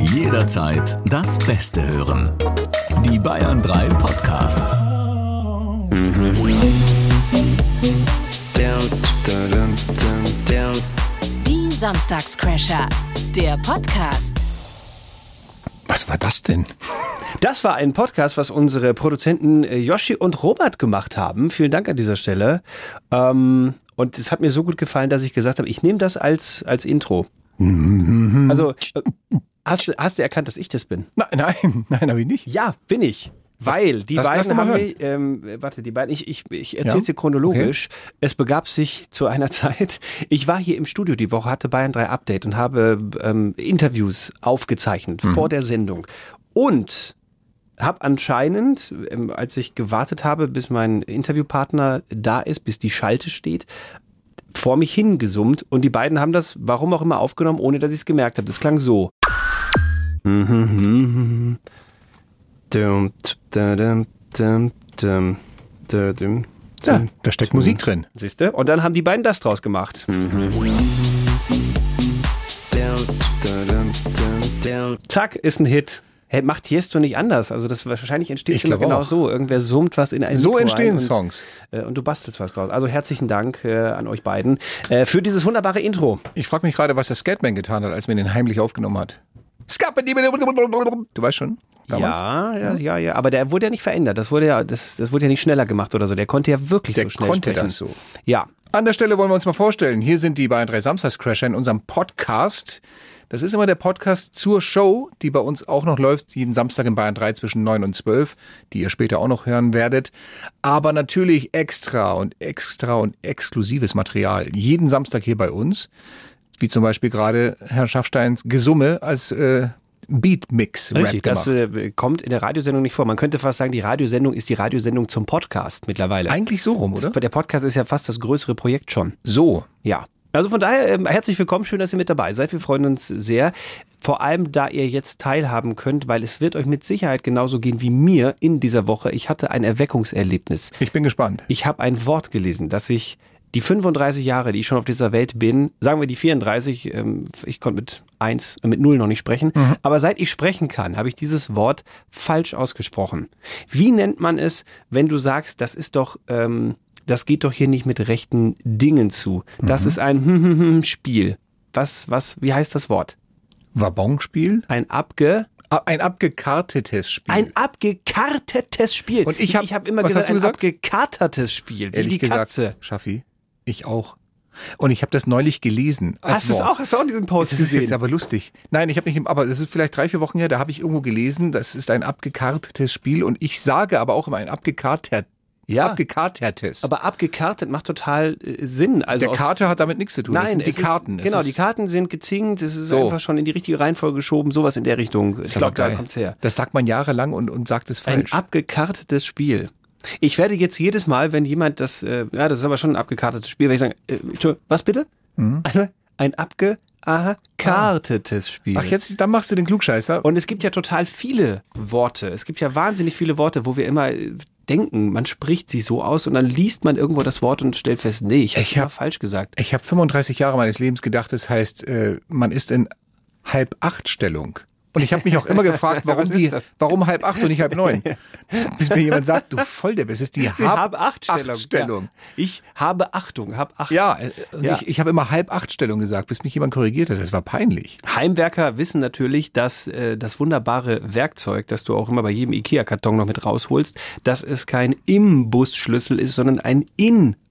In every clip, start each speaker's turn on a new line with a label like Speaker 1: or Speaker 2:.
Speaker 1: Jederzeit das Beste hören. Die Bayern 3 Podcasts.
Speaker 2: Die Samstagscrasher. Der Podcast.
Speaker 3: Was war das denn?
Speaker 4: Das war ein Podcast, was unsere Produzenten äh, Yoshi und Robert gemacht haben. Vielen Dank an dieser Stelle. Ähm, und es hat mir so gut gefallen, dass ich gesagt habe, ich nehme das als, als Intro. Also, äh, hast, du- hast du erkannt, dass ich das bin?
Speaker 3: Nein, nein, nein, habe ich nicht.
Speaker 4: Ja, bin ich. Weil die
Speaker 3: lass- lass
Speaker 4: beiden
Speaker 3: doch mal
Speaker 4: haben
Speaker 3: hören.
Speaker 4: mich, ähm, warte, die beiden, ich, ich, ich erzähle
Speaker 3: Ja?
Speaker 4: es dir chronologisch. Es begab sich zu einer Zeit, ich war hier im Studio die Woche, hatte Bayern 3 Update und habe ähm, Interviews aufgezeichnet
Speaker 3: Mhm.
Speaker 4: vor der Sendung. Und habe anscheinend, ähm, als ich gewartet habe, bis mein Interviewpartner da ist, bis die Schalte steht, vor mich hingesummt und die beiden haben das, warum auch immer, aufgenommen, ohne dass ich es gemerkt habe. Das klang so. Dum, tsch, da, dum, dum, dum, da, dum,
Speaker 3: Ja,
Speaker 4: dum.
Speaker 3: da steckt Musik drin.
Speaker 4: Siehst du? Und dann haben die beiden das draus gemacht. Zack, ist ein Hit. Hey, macht Tiesto nicht anders. Also das wahrscheinlich entsteht
Speaker 3: Ich
Speaker 4: immer
Speaker 3: glaube
Speaker 4: genau
Speaker 3: auch.
Speaker 4: so. Irgendwer summt was in ein
Speaker 3: So
Speaker 4: Mikro ein
Speaker 3: entstehen
Speaker 4: und-
Speaker 3: Songs.
Speaker 4: äh, und du bastelst was draus. Also herzlichen Dank äh, an euch beiden äh, für dieses wunderbare Intro.
Speaker 3: Ich frage mich gerade, was der Scatman getan hat, als man ihn heimlich aufgenommen hat. Scatman, du weißt schon, damals.
Speaker 4: Ja, ja, ja, ja. Aber der wurde ja nicht verändert. Das wurde ja, das, das wurde ja nicht schneller gemacht oder so. Der konnte ja wirklich
Speaker 3: Der
Speaker 4: so schnell
Speaker 3: konnte
Speaker 4: sprechen.
Speaker 3: das so.
Speaker 4: Ja.
Speaker 3: An der Stelle wollen wir uns mal vorstellen. Hier sind die beiden drei Samstagscrasher in unserem Podcast. Das ist immer der Podcast zur Show, die bei uns auch noch läuft, jeden Samstag in Bayern 3 zwischen 9 und 12, die ihr später auch noch hören werdet. Aber natürlich extra und extra und exklusives Material. Jeden Samstag hier bei uns. Wie zum Beispiel gerade Herr Schaffsteins Gesumme als äh, Beatmix-Rap
Speaker 4: Richtig, das
Speaker 3: gemacht.
Speaker 4: äh, kommt in der Radiosendung nicht vor. Man könnte fast sagen, die Radiosendung ist die Radiosendung zum Podcast mittlerweile.
Speaker 3: Eigentlich so rum, oder?
Speaker 4: Der Podcast ist ja fast das größere Projekt schon.
Speaker 3: So.
Speaker 4: Ja. Also von daher ähm, herzlich willkommen, schön, dass ihr mit dabei seid. Wir freuen uns sehr. Vor allem, da ihr jetzt teilhaben könnt, weil es wird euch mit Sicherheit genauso gehen wie mir in dieser Woche. Ich hatte ein Erweckungserlebnis.
Speaker 3: Ich bin gespannt.
Speaker 4: Ich habe ein Wort gelesen, dass ich die 35 Jahre, die ich schon auf dieser Welt bin, sagen wir die 34, ähm, ich konnte mit 1, äh, mit 0 noch nicht sprechen,
Speaker 3: Mhm.
Speaker 4: aber seit ich sprechen kann, habe ich dieses Wort falsch ausgesprochen. Wie nennt man es, wenn du sagst, das ist doch, ähm, das geht doch hier nicht mit rechten Dingen zu. Das
Speaker 3: Mhm.
Speaker 4: ist ein hm, Spiel. Was, was, wie heißt das Wort?
Speaker 3: Wabonspiel?
Speaker 4: Ein abge,
Speaker 3: Ah, Ein abgekartetes Spiel.
Speaker 4: ein abgekartetes Spiel.
Speaker 3: Und ich hab-
Speaker 4: hab immer
Speaker 3: was
Speaker 4: gesagt,
Speaker 3: hast du gesagt?
Speaker 4: ein abgekatertes Spiel, wie
Speaker 3: ehrlich
Speaker 4: die
Speaker 3: gesagt,
Speaker 4: Katze.
Speaker 3: Schaffi, ich auch. Und ich habe das neulich gelesen. Als
Speaker 4: Hast du es
Speaker 3: Wort.
Speaker 4: auch? Hast du auch diesen Post
Speaker 3: Das ist
Speaker 4: gesehen?
Speaker 3: jetzt aber lustig. Nein, ich habe nicht, im- aber das ist vielleicht drei, vier Wochen her, da habe ich irgendwo gelesen, das ist ein abgekartetes Spiel und ich sage aber auch immer ein abgekartet,
Speaker 4: Ja.
Speaker 3: abgekartetes.
Speaker 4: aber abgekartet macht total äh, Sinn. Also
Speaker 3: Der
Speaker 4: aus-
Speaker 3: Karte hat damit nichts zu tun. das
Speaker 4: Nein,
Speaker 3: sind die
Speaker 4: es ist-
Speaker 3: Karten. Es
Speaker 4: Genau,
Speaker 3: ist,
Speaker 4: die Karten sind gezinkt, es ist
Speaker 3: So.
Speaker 4: einfach schon in die richtige Reihenfolge geschoben, sowas in der Richtung. Ich
Speaker 3: Ist aber
Speaker 4: glaube, da
Speaker 3: geil.
Speaker 4: kommt's her.
Speaker 3: Das sagt man jahrelang und, und sagt es
Speaker 4: Ein
Speaker 3: falsch.
Speaker 4: abgekartetes Spiel. Ich werde jetzt jedes Mal, wenn jemand das, äh, ja, das ist aber schon ein abgekartetes Spiel, werde ich sagen, äh, Entschuldigung, was bitte?
Speaker 3: Hm?
Speaker 4: Ein, ein abgekartetes Spiel.
Speaker 3: Ach, jetzt, dann machst du den Klugscheißer.
Speaker 4: Und es gibt ja total viele Worte. Es gibt ja wahnsinnig viele Worte, wo wir immer äh, denken, man spricht sie so aus und dann liest man irgendwo das Wort und stellt fest, nee, ich
Speaker 3: Ich hab-
Speaker 4: habe falsch gesagt.
Speaker 3: Ich habe 35 Jahre meines Lebens gedacht, das heißt, äh, man ist in halb acht Stellung. Und ich habe mich auch immer gefragt, warum
Speaker 4: Was ist
Speaker 3: die,
Speaker 4: das?
Speaker 3: warum halb acht und nicht halb neun? Bis, bis mir jemand sagt, du Volldepp, es ist die halb acht Stellung.
Speaker 4: Ja. Ich habe Achtung, habe Achtung.
Speaker 3: Ja, äh, und
Speaker 4: Ja.
Speaker 3: ich, ich habe immer halb acht Stellung gesagt, bis mich jemand korrigiert hat. Das war peinlich.
Speaker 4: Heimwerker wissen natürlich, dass äh, das wunderbare Werkzeug, das du auch immer bei jedem IKEA-Karton noch mit rausholst, dass es kein Imbusschlüssel ist, sondern ein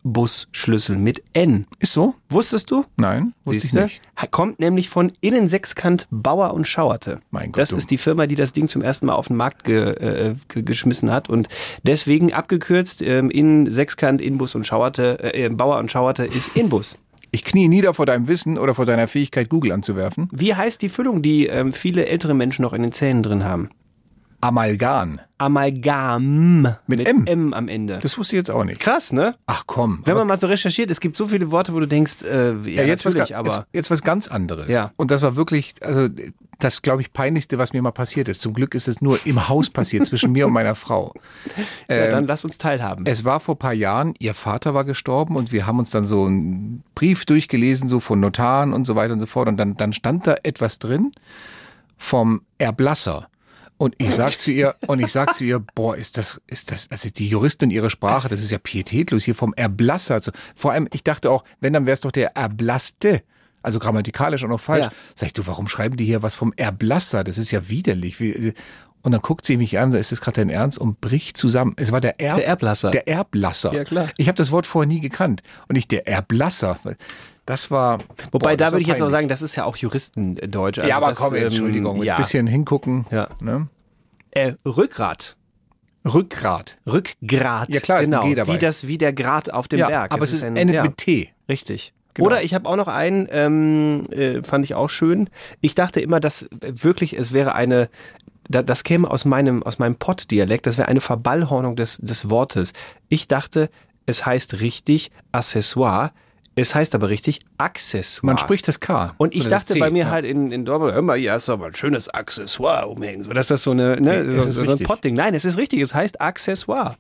Speaker 4: Inbusschlüssel mit N.
Speaker 3: Ist so?
Speaker 4: Wusstest du?
Speaker 3: Nein, wusste
Speaker 4: Siehst
Speaker 3: ich
Speaker 4: du?
Speaker 3: nicht.
Speaker 4: Kommt nämlich von Innensechskant Bauer und Schauerte.
Speaker 3: Mein Gott,
Speaker 4: Das
Speaker 3: du.
Speaker 4: ist die Firma, die das Ding zum ersten Mal auf den Markt ge, äh, ge, geschmissen hat und deswegen abgekürzt ähm, Innensechskant Inbus und Schauerte äh, Bauer und Schauerte ist Inbus.
Speaker 3: Ich knie nieder vor deinem Wissen oder vor deiner Fähigkeit, Google anzuwerfen.
Speaker 4: Wie heißt die Füllung, die ähm, viele ältere Menschen noch in den Zähnen drin haben?
Speaker 3: Amalgam.
Speaker 4: Amalgam
Speaker 3: Mit M.
Speaker 4: M am Ende.
Speaker 3: Das wusste ich jetzt auch nicht.
Speaker 4: Krass, ne?
Speaker 3: Ach komm.
Speaker 4: Wenn man mal so recherchiert, es gibt so viele Worte, wo du denkst, äh, ja,
Speaker 3: Ja, jetzt was,
Speaker 4: natürlich,
Speaker 3: ga-
Speaker 4: aber
Speaker 3: jetzt, jetzt was ganz anderes.
Speaker 4: Ja.
Speaker 3: Und das war wirklich, also das glaube ich peinlichste, was mir mal passiert ist. Zum Glück ist es nur im Haus passiert zwischen mir und meiner Frau.
Speaker 4: ja, dann lass uns teilhaben.
Speaker 3: Es war vor paar Jahren, ihr Vater war gestorben und wir haben uns dann so einen Brief durchgelesen, so von Notaren und so weiter und so fort. Und dann, dann stand da etwas drin, vom Erblasser. Und ich sag zu ihr, und ich sag zu ihr, boah, ist das, ist das, also die Juristin ihre Sprache, das ist ja pietätlos hier vom Erblasser. zu- vor allem, ich dachte auch, wenn, dann wär's doch der Erblasste. Also grammatikalisch auch noch falsch.
Speaker 4: Ja.
Speaker 3: Sag ich, du, warum schreiben die hier was vom Erblasser? Das ist ja widerlich. Wie, und dann guckt sie mich an, sagt, ist das gerade dein Ernst? Und bricht zusammen. Es war der, Erb
Speaker 4: Der Erblasser.
Speaker 3: Der Erblasser.
Speaker 4: Ja, klar.
Speaker 3: Ich habe das Wort vorher nie gekannt. Und nicht der Erblasser. Das war.
Speaker 4: Wobei,
Speaker 3: boah, das
Speaker 4: da
Speaker 3: war
Speaker 4: würde ich jetzt auch
Speaker 3: peinlich.
Speaker 4: sagen, das ist ja auch Juristendeutsch. Also
Speaker 3: Ja, aber
Speaker 4: das,
Speaker 3: komm,
Speaker 4: ähm,
Speaker 3: Entschuldigung. Mit
Speaker 4: ja.
Speaker 3: Ein bisschen hingucken.
Speaker 4: Ja.
Speaker 3: Ne?
Speaker 4: Äh, Rückgrat.
Speaker 3: Rückgrat.
Speaker 4: Rückgrat.
Speaker 3: Ja, klar, ist ein
Speaker 4: genau.
Speaker 3: G dabei.
Speaker 4: Wie, das, wie der Grat auf dem Berg.
Speaker 3: Aber es ist,
Speaker 4: ein-
Speaker 3: endet
Speaker 4: ja.
Speaker 3: mit T.
Speaker 4: Richtig.
Speaker 3: Genau.
Speaker 4: Oder ich habe auch noch einen, ähm, äh, fand ich auch schön. Ich dachte immer, dass äh, wirklich, es wäre eine, da, das käme aus meinem, aus meinem Pott-Dialekt, das wäre eine Verballhornung des, des Wortes. Ich dachte, es heißt richtig Accessoire, es heißt aber richtig Accessoire.
Speaker 3: Man spricht das K.
Speaker 4: Und ich
Speaker 3: Oder das
Speaker 4: dachte
Speaker 3: C,
Speaker 4: bei mir
Speaker 3: ja.
Speaker 4: halt in, in Dortmund, hör mal, hier hast du aber ein schönes Accessoire umhängen. So, dass das so eine, ne,
Speaker 3: Nee, es
Speaker 4: so,
Speaker 3: ist
Speaker 4: so ein
Speaker 3: richtig.
Speaker 4: Pottding. Nein, es ist richtig, es heißt Accessoire.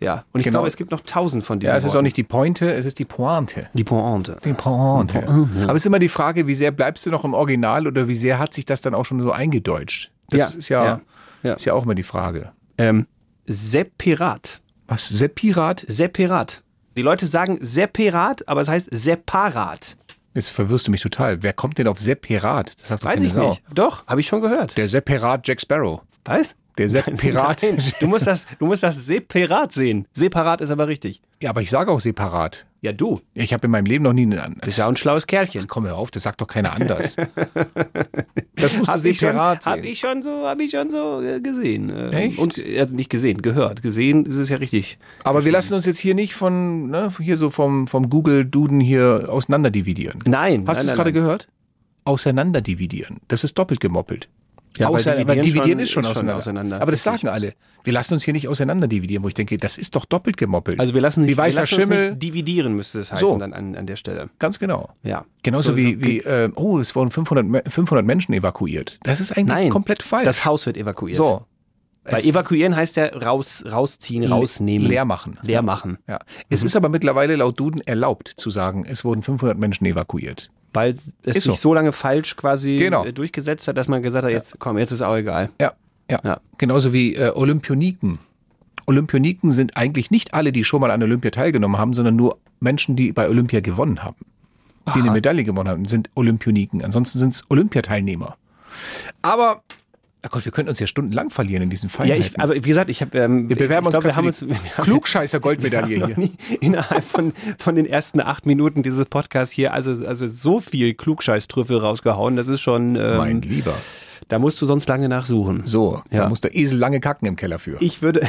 Speaker 4: Ja. Und ich
Speaker 3: Genau.
Speaker 4: glaube, es gibt noch tausend von diesen.
Speaker 3: Ja, es ist auch
Speaker 4: Worten.
Speaker 3: nicht die Pointe, es ist die Pointe.
Speaker 4: die Pointe.
Speaker 3: Die Pointe. Aber es ist immer die Frage, wie sehr bleibst du noch im Original oder wie sehr hat sich das dann auch schon so eingedeutscht? Das
Speaker 4: Ja,
Speaker 3: ist ja,
Speaker 4: ja, ja.
Speaker 3: ist ja auch immer die Frage.
Speaker 4: Ähm, separat.
Speaker 3: Was? Seppirat?
Speaker 4: Separat. Die Leute sagen separat, aber es heißt separat.
Speaker 3: Jetzt verwirrst du mich total. Wer kommt denn auf Seppirat? Das sagt doch
Speaker 4: Weiß
Speaker 3: keine
Speaker 4: ich
Speaker 3: Sau.
Speaker 4: nicht. Doch, habe ich schon gehört.
Speaker 3: Der Seppirat Jack Sparrow.
Speaker 4: Weiß?
Speaker 3: Der Separat.
Speaker 4: Nein, du musst das, du musst das separat sehen. Separat ist aber richtig.
Speaker 3: Ja, aber ich sage auch separat.
Speaker 4: Ja, du.
Speaker 3: Ich habe in meinem Leben noch nie einen anderen.
Speaker 4: Bist ja auch ein schlaues Kerlchen.
Speaker 3: Komm hör auf, das sagt doch keiner anders. Das musst du
Speaker 4: Hab ich, schon,
Speaker 3: separat
Speaker 4: hab
Speaker 3: sehen.
Speaker 4: ich schon so, hab ich schon so äh, gesehen. Ähm,
Speaker 3: Echt?
Speaker 4: Und äh, also nicht gesehen, gehört. Gesehen ist es ja richtig.
Speaker 3: Aber wir lassen uns jetzt hier nicht von, ne, hier so vom, vom Google-Duden hier auseinanderdividieren.
Speaker 4: Nein.
Speaker 3: Hast
Speaker 4: nein,
Speaker 3: du es
Speaker 4: nein,
Speaker 3: gerade
Speaker 4: nein.
Speaker 3: gehört? Auseinanderdividieren. Das ist doppelt gemoppelt.
Speaker 4: Ja, weil
Speaker 3: aber
Speaker 4: dividieren
Speaker 3: dividieren ist
Speaker 4: schon-
Speaker 3: schon,
Speaker 4: ist schon
Speaker 3: auseinander.
Speaker 4: auseinander,
Speaker 3: Aber das
Speaker 4: richtig.
Speaker 3: sagen alle. Wir lassen uns hier nicht auseinanderdividieren, wo ich denke, das ist doch doppelt gemoppelt.
Speaker 4: Also wir lassen, nicht,
Speaker 3: Wie weißer
Speaker 4: wir lassen uns
Speaker 3: Schimmel.
Speaker 4: nicht dividieren, müsste es heißen
Speaker 3: So.
Speaker 4: dann an, an der Stelle.
Speaker 3: Ganz genau.
Speaker 4: Ja.
Speaker 3: Genauso
Speaker 4: So-
Speaker 3: wie,
Speaker 4: so-
Speaker 3: wie äh, oh, es wurden 500, Me- 500 Menschen evakuiert. Das ist eigentlich
Speaker 4: Nein,
Speaker 3: komplett falsch.
Speaker 4: Das Haus wird evakuiert.
Speaker 3: so.
Speaker 4: Weil
Speaker 3: Es-
Speaker 4: evakuieren heißt ja raus, rausziehen, rausnehmen.
Speaker 3: Leer machen.
Speaker 4: Leer Mhm. machen.
Speaker 3: Ja. Es ist aber mittlerweile laut Duden erlaubt zu sagen, es wurden 500 Menschen evakuiert.
Speaker 4: Weil es
Speaker 3: Ist
Speaker 4: sich
Speaker 3: so.
Speaker 4: so lange falsch quasi
Speaker 3: Genau.
Speaker 4: äh, durchgesetzt hat, dass man gesagt hat, jetzt komm, jetzt ist auch egal.
Speaker 3: Ja, ja.
Speaker 4: Ja.
Speaker 3: Genauso wie äh, Olympioniken. Olympioniken sind eigentlich nicht alle, die schon mal an Olympia teilgenommen haben, sondern nur Menschen, die bei Olympia gewonnen haben. Die eine Medaille gewonnen haben, sind Olympioniken. Ansonsten sind es Olympiateilnehmer. Aber, ach Gott, wir könnten uns ja stundenlang verlieren in diesen Feinheiten.
Speaker 4: Ja, ich, aber wie gesagt, ich habe, ähm,
Speaker 3: wir bewerben
Speaker 4: ich
Speaker 3: uns
Speaker 4: glaub, wir
Speaker 3: gerade
Speaker 4: haben
Speaker 3: für
Speaker 4: uns,
Speaker 3: die
Speaker 4: wir haben
Speaker 3: klugscheißer Goldmedaille
Speaker 4: noch
Speaker 3: hier.
Speaker 4: nie innerhalb von, von den ersten acht Minuten dieses Podcasts hier, also, also so viel Klugscheißtrüffel rausgehauen, das ist schon,
Speaker 3: Mein
Speaker 4: ähm,
Speaker 3: Lieber.
Speaker 4: da musst du sonst lange nachsuchen.
Speaker 3: So, da
Speaker 4: Ja.
Speaker 3: muss der Esel lange kacken im Keller für.
Speaker 4: Ich würde,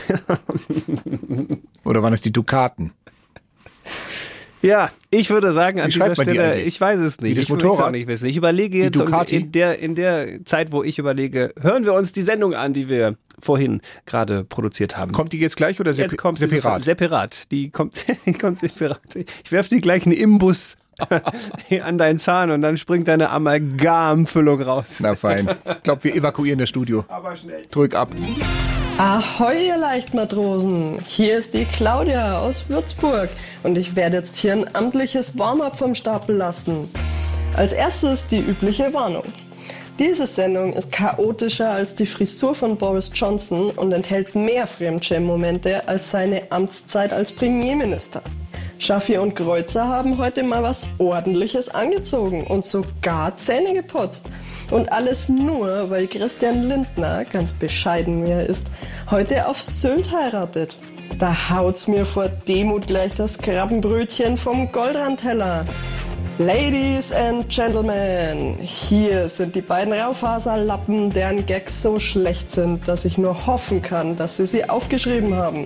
Speaker 3: Oder waren es die Dukaten?
Speaker 4: Ja, ich würde sagen, an
Speaker 3: Wie
Speaker 4: dieser
Speaker 3: schreibt man die
Speaker 4: Stelle,
Speaker 3: eigentlich?
Speaker 4: ich weiß es nicht.
Speaker 3: Wie das
Speaker 4: ich will's
Speaker 3: Motorrad?
Speaker 4: auch nicht wissen. Ich überlege jetzt und
Speaker 3: Ducati?
Speaker 4: in der, in der Zeit, wo ich überlege, hören wir uns die Sendung an, die wir vorhin gerade produziert haben.
Speaker 3: Kommt die jetzt gleich oder sep
Speaker 4: jetzt kommt sie
Speaker 3: separat?
Speaker 4: sofort. separat. Die kommt, die kommt separat. Ich werf dir gleich einen Imbus an deinen Zahn und dann springt deine Amalgamfüllung raus.
Speaker 3: Na fein. Ich glaube, wir evakuieren das Studio.
Speaker 4: Aber schnell.
Speaker 3: Drück ab.
Speaker 5: Ahoi, ihr Leichtmatrosen! Hier ist die Claudia aus Würzburg und ich werde jetzt hier ein amtliches Warm-up vom Stapel lassen. Als erstes die übliche Warnung. Diese Sendung ist chaotischer als die Frisur von Boris Johnson und enthält mehr Fremdschämmomente als seine Amtszeit als Premierminister. Schaffi und Kreuzer haben heute mal was Ordentliches angezogen und sogar Zähne geputzt. Und alles nur, weil Christian Lindner, ganz bescheiden wie er ist, heute auf Sylt heiratet. Da haut's mir vor Demut gleich das Krabbenbrötchen vom Goldrandteller. Ladies and Gentlemen, hier sind die beiden Raufaserlappen, deren Gags so schlecht sind, dass ich nur hoffen kann, dass sie sie aufgeschrieben haben.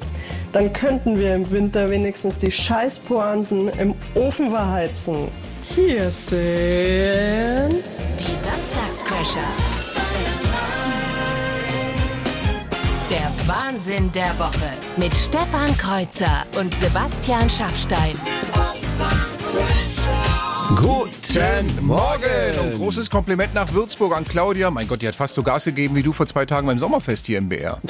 Speaker 5: Dann könnten wir im Winter wenigstens die Scheißpointen im Ofen verheizen. Hier sind...
Speaker 2: Die Samstagscrasher. Der Wahnsinn der Woche mit Stefan Kreuzer und Sebastian Schaffstein.
Speaker 3: Guten Morgen! Und großes Kompliment nach Würzburg an Claudia. Mein Gott, die hat fast so Gas gegeben wie du vor zwei Tagen beim Sommerfest hier im BR.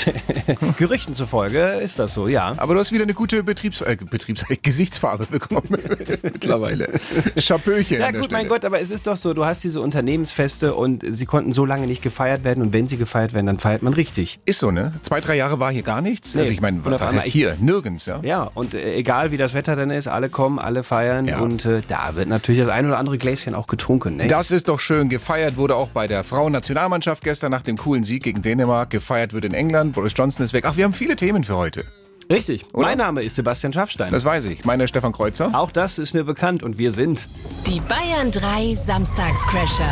Speaker 4: Gerüchten zufolge ist das so, ja.
Speaker 3: Aber du hast wieder eine gute Betriebs äh, Betriebs äh, Gesichtsfarbe bekommen mittlerweile. Chapeauchen.
Speaker 4: Ja
Speaker 3: an der
Speaker 4: gut, mein
Speaker 3: Stelle.
Speaker 4: Gott, aber es ist doch so, du hast diese Unternehmensfeste und sie konnten so lange nicht gefeiert werden und wenn sie gefeiert werden, dann feiert man richtig.
Speaker 3: Ist so, ne? Zwei, drei Jahre war hier gar nichts. Also ich meine,
Speaker 4: Und auf
Speaker 3: was
Speaker 4: einmal
Speaker 3: heißt
Speaker 4: ich-
Speaker 3: hier? Nirgends, ja?
Speaker 4: Ja, und äh, egal wie das Wetter dann ist, alle kommen, alle feiern
Speaker 3: Ja.
Speaker 4: und äh, da wird natürlich das ein oder andere Gläschen auch getrunken. Ne?
Speaker 3: Das ist doch schön. Gefeiert wurde auch bei der Frauennationalmannschaft gestern nach dem coolen Sieg gegen Dänemark. Gefeiert wird in England. Boris Johnson ist weg. Ach, wir haben viele Themen für heute.
Speaker 4: Richtig. Mein Name ist Sebastian Schaffstein.
Speaker 3: Das weiß ich. Meiner Stefan Kreuzer.
Speaker 4: auch das ist mir bekannt und wir sind.
Speaker 2: Die Bayern 3 Samstagscrasher.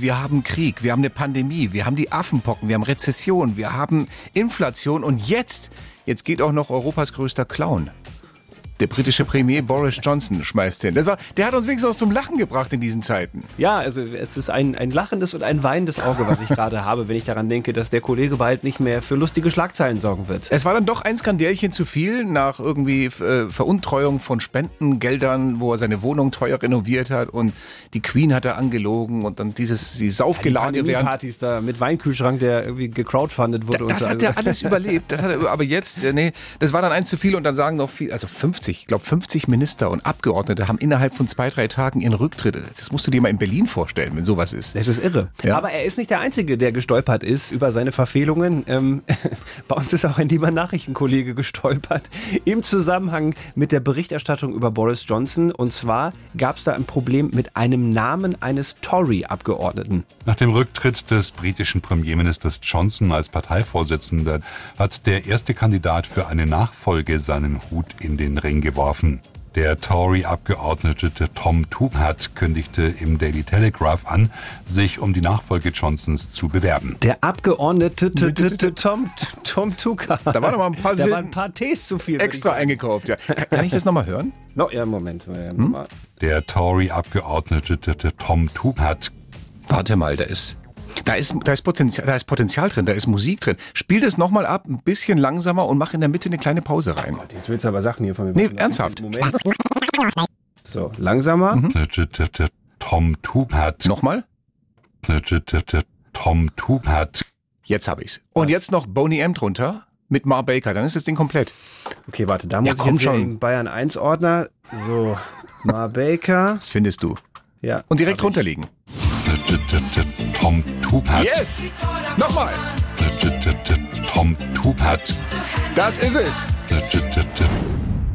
Speaker 3: Wir haben Krieg, wir haben eine Pandemie, wir haben die Affenpocken, wir haben Rezession, wir haben Inflation und jetzt, jetzt geht auch noch Europas größter Clown. Der britische Premier Boris Johnson schmeißt hin. Das war, der hat uns wenigstens auch zum Lachen gebracht in diesen Zeiten.
Speaker 4: Ja, also es ist ein, ein lachendes und ein weinendes Auge, was ich gerade habe, wenn ich daran denke, dass der Kollege bald nicht mehr für lustige Schlagzeilen sorgen wird.
Speaker 3: Es war dann doch ein Skandälchen zu viel nach irgendwie äh, Veruntreuung von Spendengeldern, wo er seine Wohnung teuer renoviert hat und die Queen hat er angelogen und dann dieses die Saufgelage während
Speaker 4: Partys da mit Weinkühlschrank, der irgendwie gecrowdfundet wurde.
Speaker 3: Das
Speaker 4: und so.
Speaker 3: hat er
Speaker 4: Also-
Speaker 3: alles überlebt. Das hat er, aber jetzt, äh, nee, das war dann eins zu viel und dann sagen noch viel, also 50, ich glaube 50 Minister und Abgeordnete haben innerhalb von zwei, drei Tagen ihren Rücktritt. Das musst du dir mal in Berlin vorstellen, wenn sowas ist.
Speaker 4: Es ist irre.
Speaker 3: Ja.
Speaker 4: Aber er ist nicht der Einzige, der gestolpert ist über seine Verfehlungen. Ähm, bei uns ist auch ein lieber Nachrichtenkollege gestolpert im Zusammenhang mit der Berichterstattung über Boris Johnson. Und zwar gab es da ein Problem mit einem Namen eines Tory-Abgeordneten.
Speaker 6: Nach dem Rücktritt des britischen Premierministers Johnson als Parteivorsitzender hat der erste Kandidat für eine Nachfolge seinen Hut in den Ring geworfen. Der Tory-Abgeordnete Tom Tugendhat kündigte im Daily Telegraph an, sich um die Nachfolge Johnsons zu bewerben.
Speaker 4: Der Abgeordnete T- T- T- Tom, Tom Tuka.
Speaker 3: Da waren noch mal ein paar
Speaker 4: Da waren
Speaker 3: Silben
Speaker 4: ein paar Tees zu viel. würd ich
Speaker 3: Extra
Speaker 4: sagen.
Speaker 3: eingekauft, ja. Kann, kann ich das nochmal hören?
Speaker 4: No, ja, Moment. Moment.
Speaker 6: Der Tory-Abgeordnete Tom Tugendhat
Speaker 3: Warte mal, da ist. Da ist, da, ist Potenzial, da ist Potenzial drin, da ist Musik drin. Spiel das nochmal ab, ein bisschen langsamer und mach in der Mitte eine kleine Pause rein.
Speaker 4: Jetzt willst du aber Sachen hier von mir
Speaker 3: Nee,
Speaker 4: machen.
Speaker 3: ernsthaft.
Speaker 4: Moment. So, langsamer.
Speaker 6: Tom Tugendhat
Speaker 3: Nochmal?
Speaker 6: Tom Tugendhat
Speaker 3: Jetzt habe ich's. Und jetzt noch Boney M drunter mit Mar Baker, dann ist das Ding komplett.
Speaker 4: Okay, warte, da muss ich
Speaker 3: komm
Speaker 4: jetzt schon.
Speaker 3: schon.
Speaker 4: in Bayern 1 Ordner. So, Mar Baker.
Speaker 3: Das findest du.
Speaker 4: Ja.
Speaker 3: Und direkt runterlegen.
Speaker 6: Tom Tugendhat
Speaker 3: Yes! Nochmal!
Speaker 6: Tom Tugendhat
Speaker 3: Das ist es!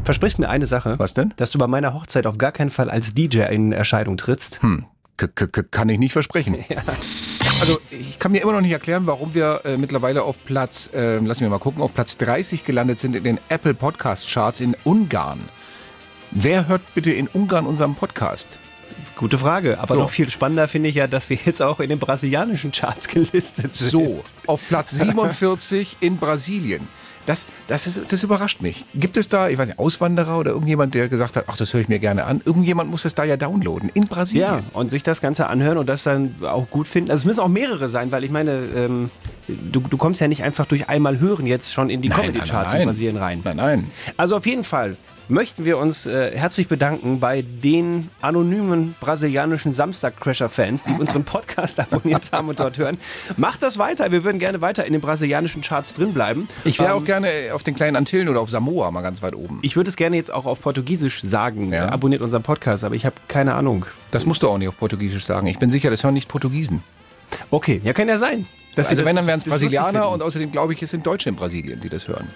Speaker 4: Versprich mir eine Sache.
Speaker 3: Was denn?
Speaker 4: Dass du bei meiner Hochzeit auf gar keinen Fall als DJ in Erscheinung trittst.
Speaker 3: K -k -k kann ich nicht versprechen. Also ich kann mir immer noch nicht erklären, warum wir äh, mittlerweile auf Platz, äh, lassen wir mal gucken, auf Platz 30 gelandet sind in den Apple Podcast Charts in Ungarn. Wer hört bitte in Ungarn unseren Podcast?
Speaker 4: Gute Frage. Aber
Speaker 3: So.
Speaker 4: noch viel spannender finde ich ja, dass wir jetzt auch in den brasilianischen Charts gelistet sind.
Speaker 3: So, auf Platz 47 in Brasilien. Das, das, ist, das überrascht mich. Gibt es da, ich weiß nicht, Auswanderer oder irgendjemand, der gesagt hat, ach, das höre ich mir gerne an? Irgendjemand muss das da ja downloaden. In Brasilien.
Speaker 4: Ja, und sich das Ganze anhören und das dann auch gut finden. Also es müssen auch mehrere sein, weil ich meine, ähm, du, du kommst ja nicht einfach durch einmal hören jetzt schon in die Comedy-Charts in Brasilien rein.
Speaker 3: Nein, nein.
Speaker 4: Also auf jeden Fall möchten wir uns äh, herzlich bedanken bei den anonymen brasilianischen Samstag-Crasher-Fans, die unseren Podcast abonniert haben und dort hören. Macht das weiter. Wir würden gerne weiter in den brasilianischen Charts drin bleiben. Ähm,
Speaker 3: Ich wäre auch gerne auf den kleinen Antillen oder auf Samoa mal ganz weit oben.
Speaker 4: Ich würde es gerne jetzt auch auf Portugiesisch sagen.
Speaker 3: Ja.
Speaker 4: Abonniert unseren Podcast, aber ich habe keine Ahnung.
Speaker 3: Das musst du auch nicht auf Portugiesisch sagen. Ich bin sicher, das hören nicht Portugiesen.
Speaker 4: Okay, ja, kann ja sein. dass
Speaker 3: also
Speaker 4: ihr
Speaker 3: wenn,
Speaker 4: das-
Speaker 3: dann wären es
Speaker 4: das lustig
Speaker 3: Brasilianer
Speaker 4: finden.
Speaker 3: und außerdem glaube ich, es sind Deutsche in Brasilien, die das hören.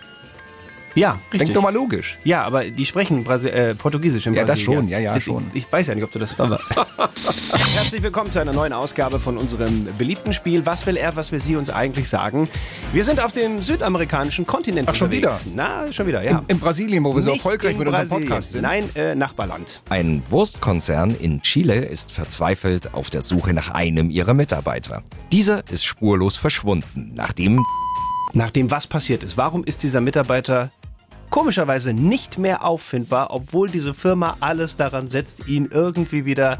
Speaker 4: Ja, richtig.
Speaker 3: Denk doch mal logisch.
Speaker 4: Ja, aber die sprechen Brasi äh, Portugiesisch im
Speaker 3: Ja, das
Speaker 4: Brasilien.
Speaker 3: schon, ja, ja,
Speaker 4: Deswegen,
Speaker 3: schon.
Speaker 4: Ich weiß ja nicht, ob du das war. Herzlich willkommen zu einer neuen Ausgabe von unserem beliebten Spiel Was will er, was will sie uns eigentlich sagen? Wir sind auf dem südamerikanischen Kontinent
Speaker 3: Ach, schon
Speaker 4: unterwegs. Na, schon wieder, ja.
Speaker 3: In Brasilien, wo wir so
Speaker 4: Nicht
Speaker 3: erfolgreich
Speaker 4: in
Speaker 3: mit unserem
Speaker 4: Brasilien.
Speaker 3: Podcast sind.
Speaker 4: Nein, äh, Nachbarland.
Speaker 7: Ein Wurstkonzern in Chile ist verzweifelt auf der Suche nach einem ihrer Mitarbeiter. Dieser ist spurlos verschwunden, nachdem
Speaker 4: Nachdem was passiert ist, warum ist dieser Mitarbeiter komischerweise nicht mehr auffindbar, obwohl diese Firma alles daran setzt, ihn irgendwie wieder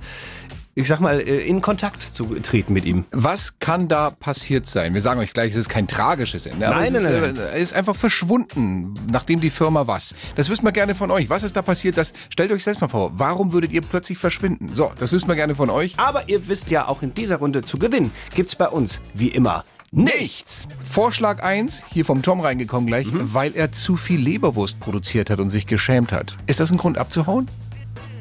Speaker 4: ich sag mal, äh, in Kontakt zu treten mit ihm.
Speaker 3: Was kann da passiert sein? Wir sagen euch gleich, es ist kein tragisches Ende. aber
Speaker 4: Nein,
Speaker 3: es
Speaker 4: nein,
Speaker 3: ist,
Speaker 4: nein,
Speaker 3: äh, Er ist einfach verschwunden, nachdem die Firma was. Das wissen wir gerne von euch. Was ist da passiert? Das stellt euch selbst mal vor. Warum würdet ihr plötzlich verschwinden? So, das wissen wir gerne von euch.
Speaker 4: Aber ihr wisst ja, auch in dieser Runde zu gewinnen gibt's bei uns, wie immer, nichts.
Speaker 3: Vorschlag 1, hier vom Tom reingekommen gleich,
Speaker 4: Mhm.
Speaker 3: weil er zu viel Leberwurst produziert hat und sich geschämt hat. Ist das ein Grund abzuhauen?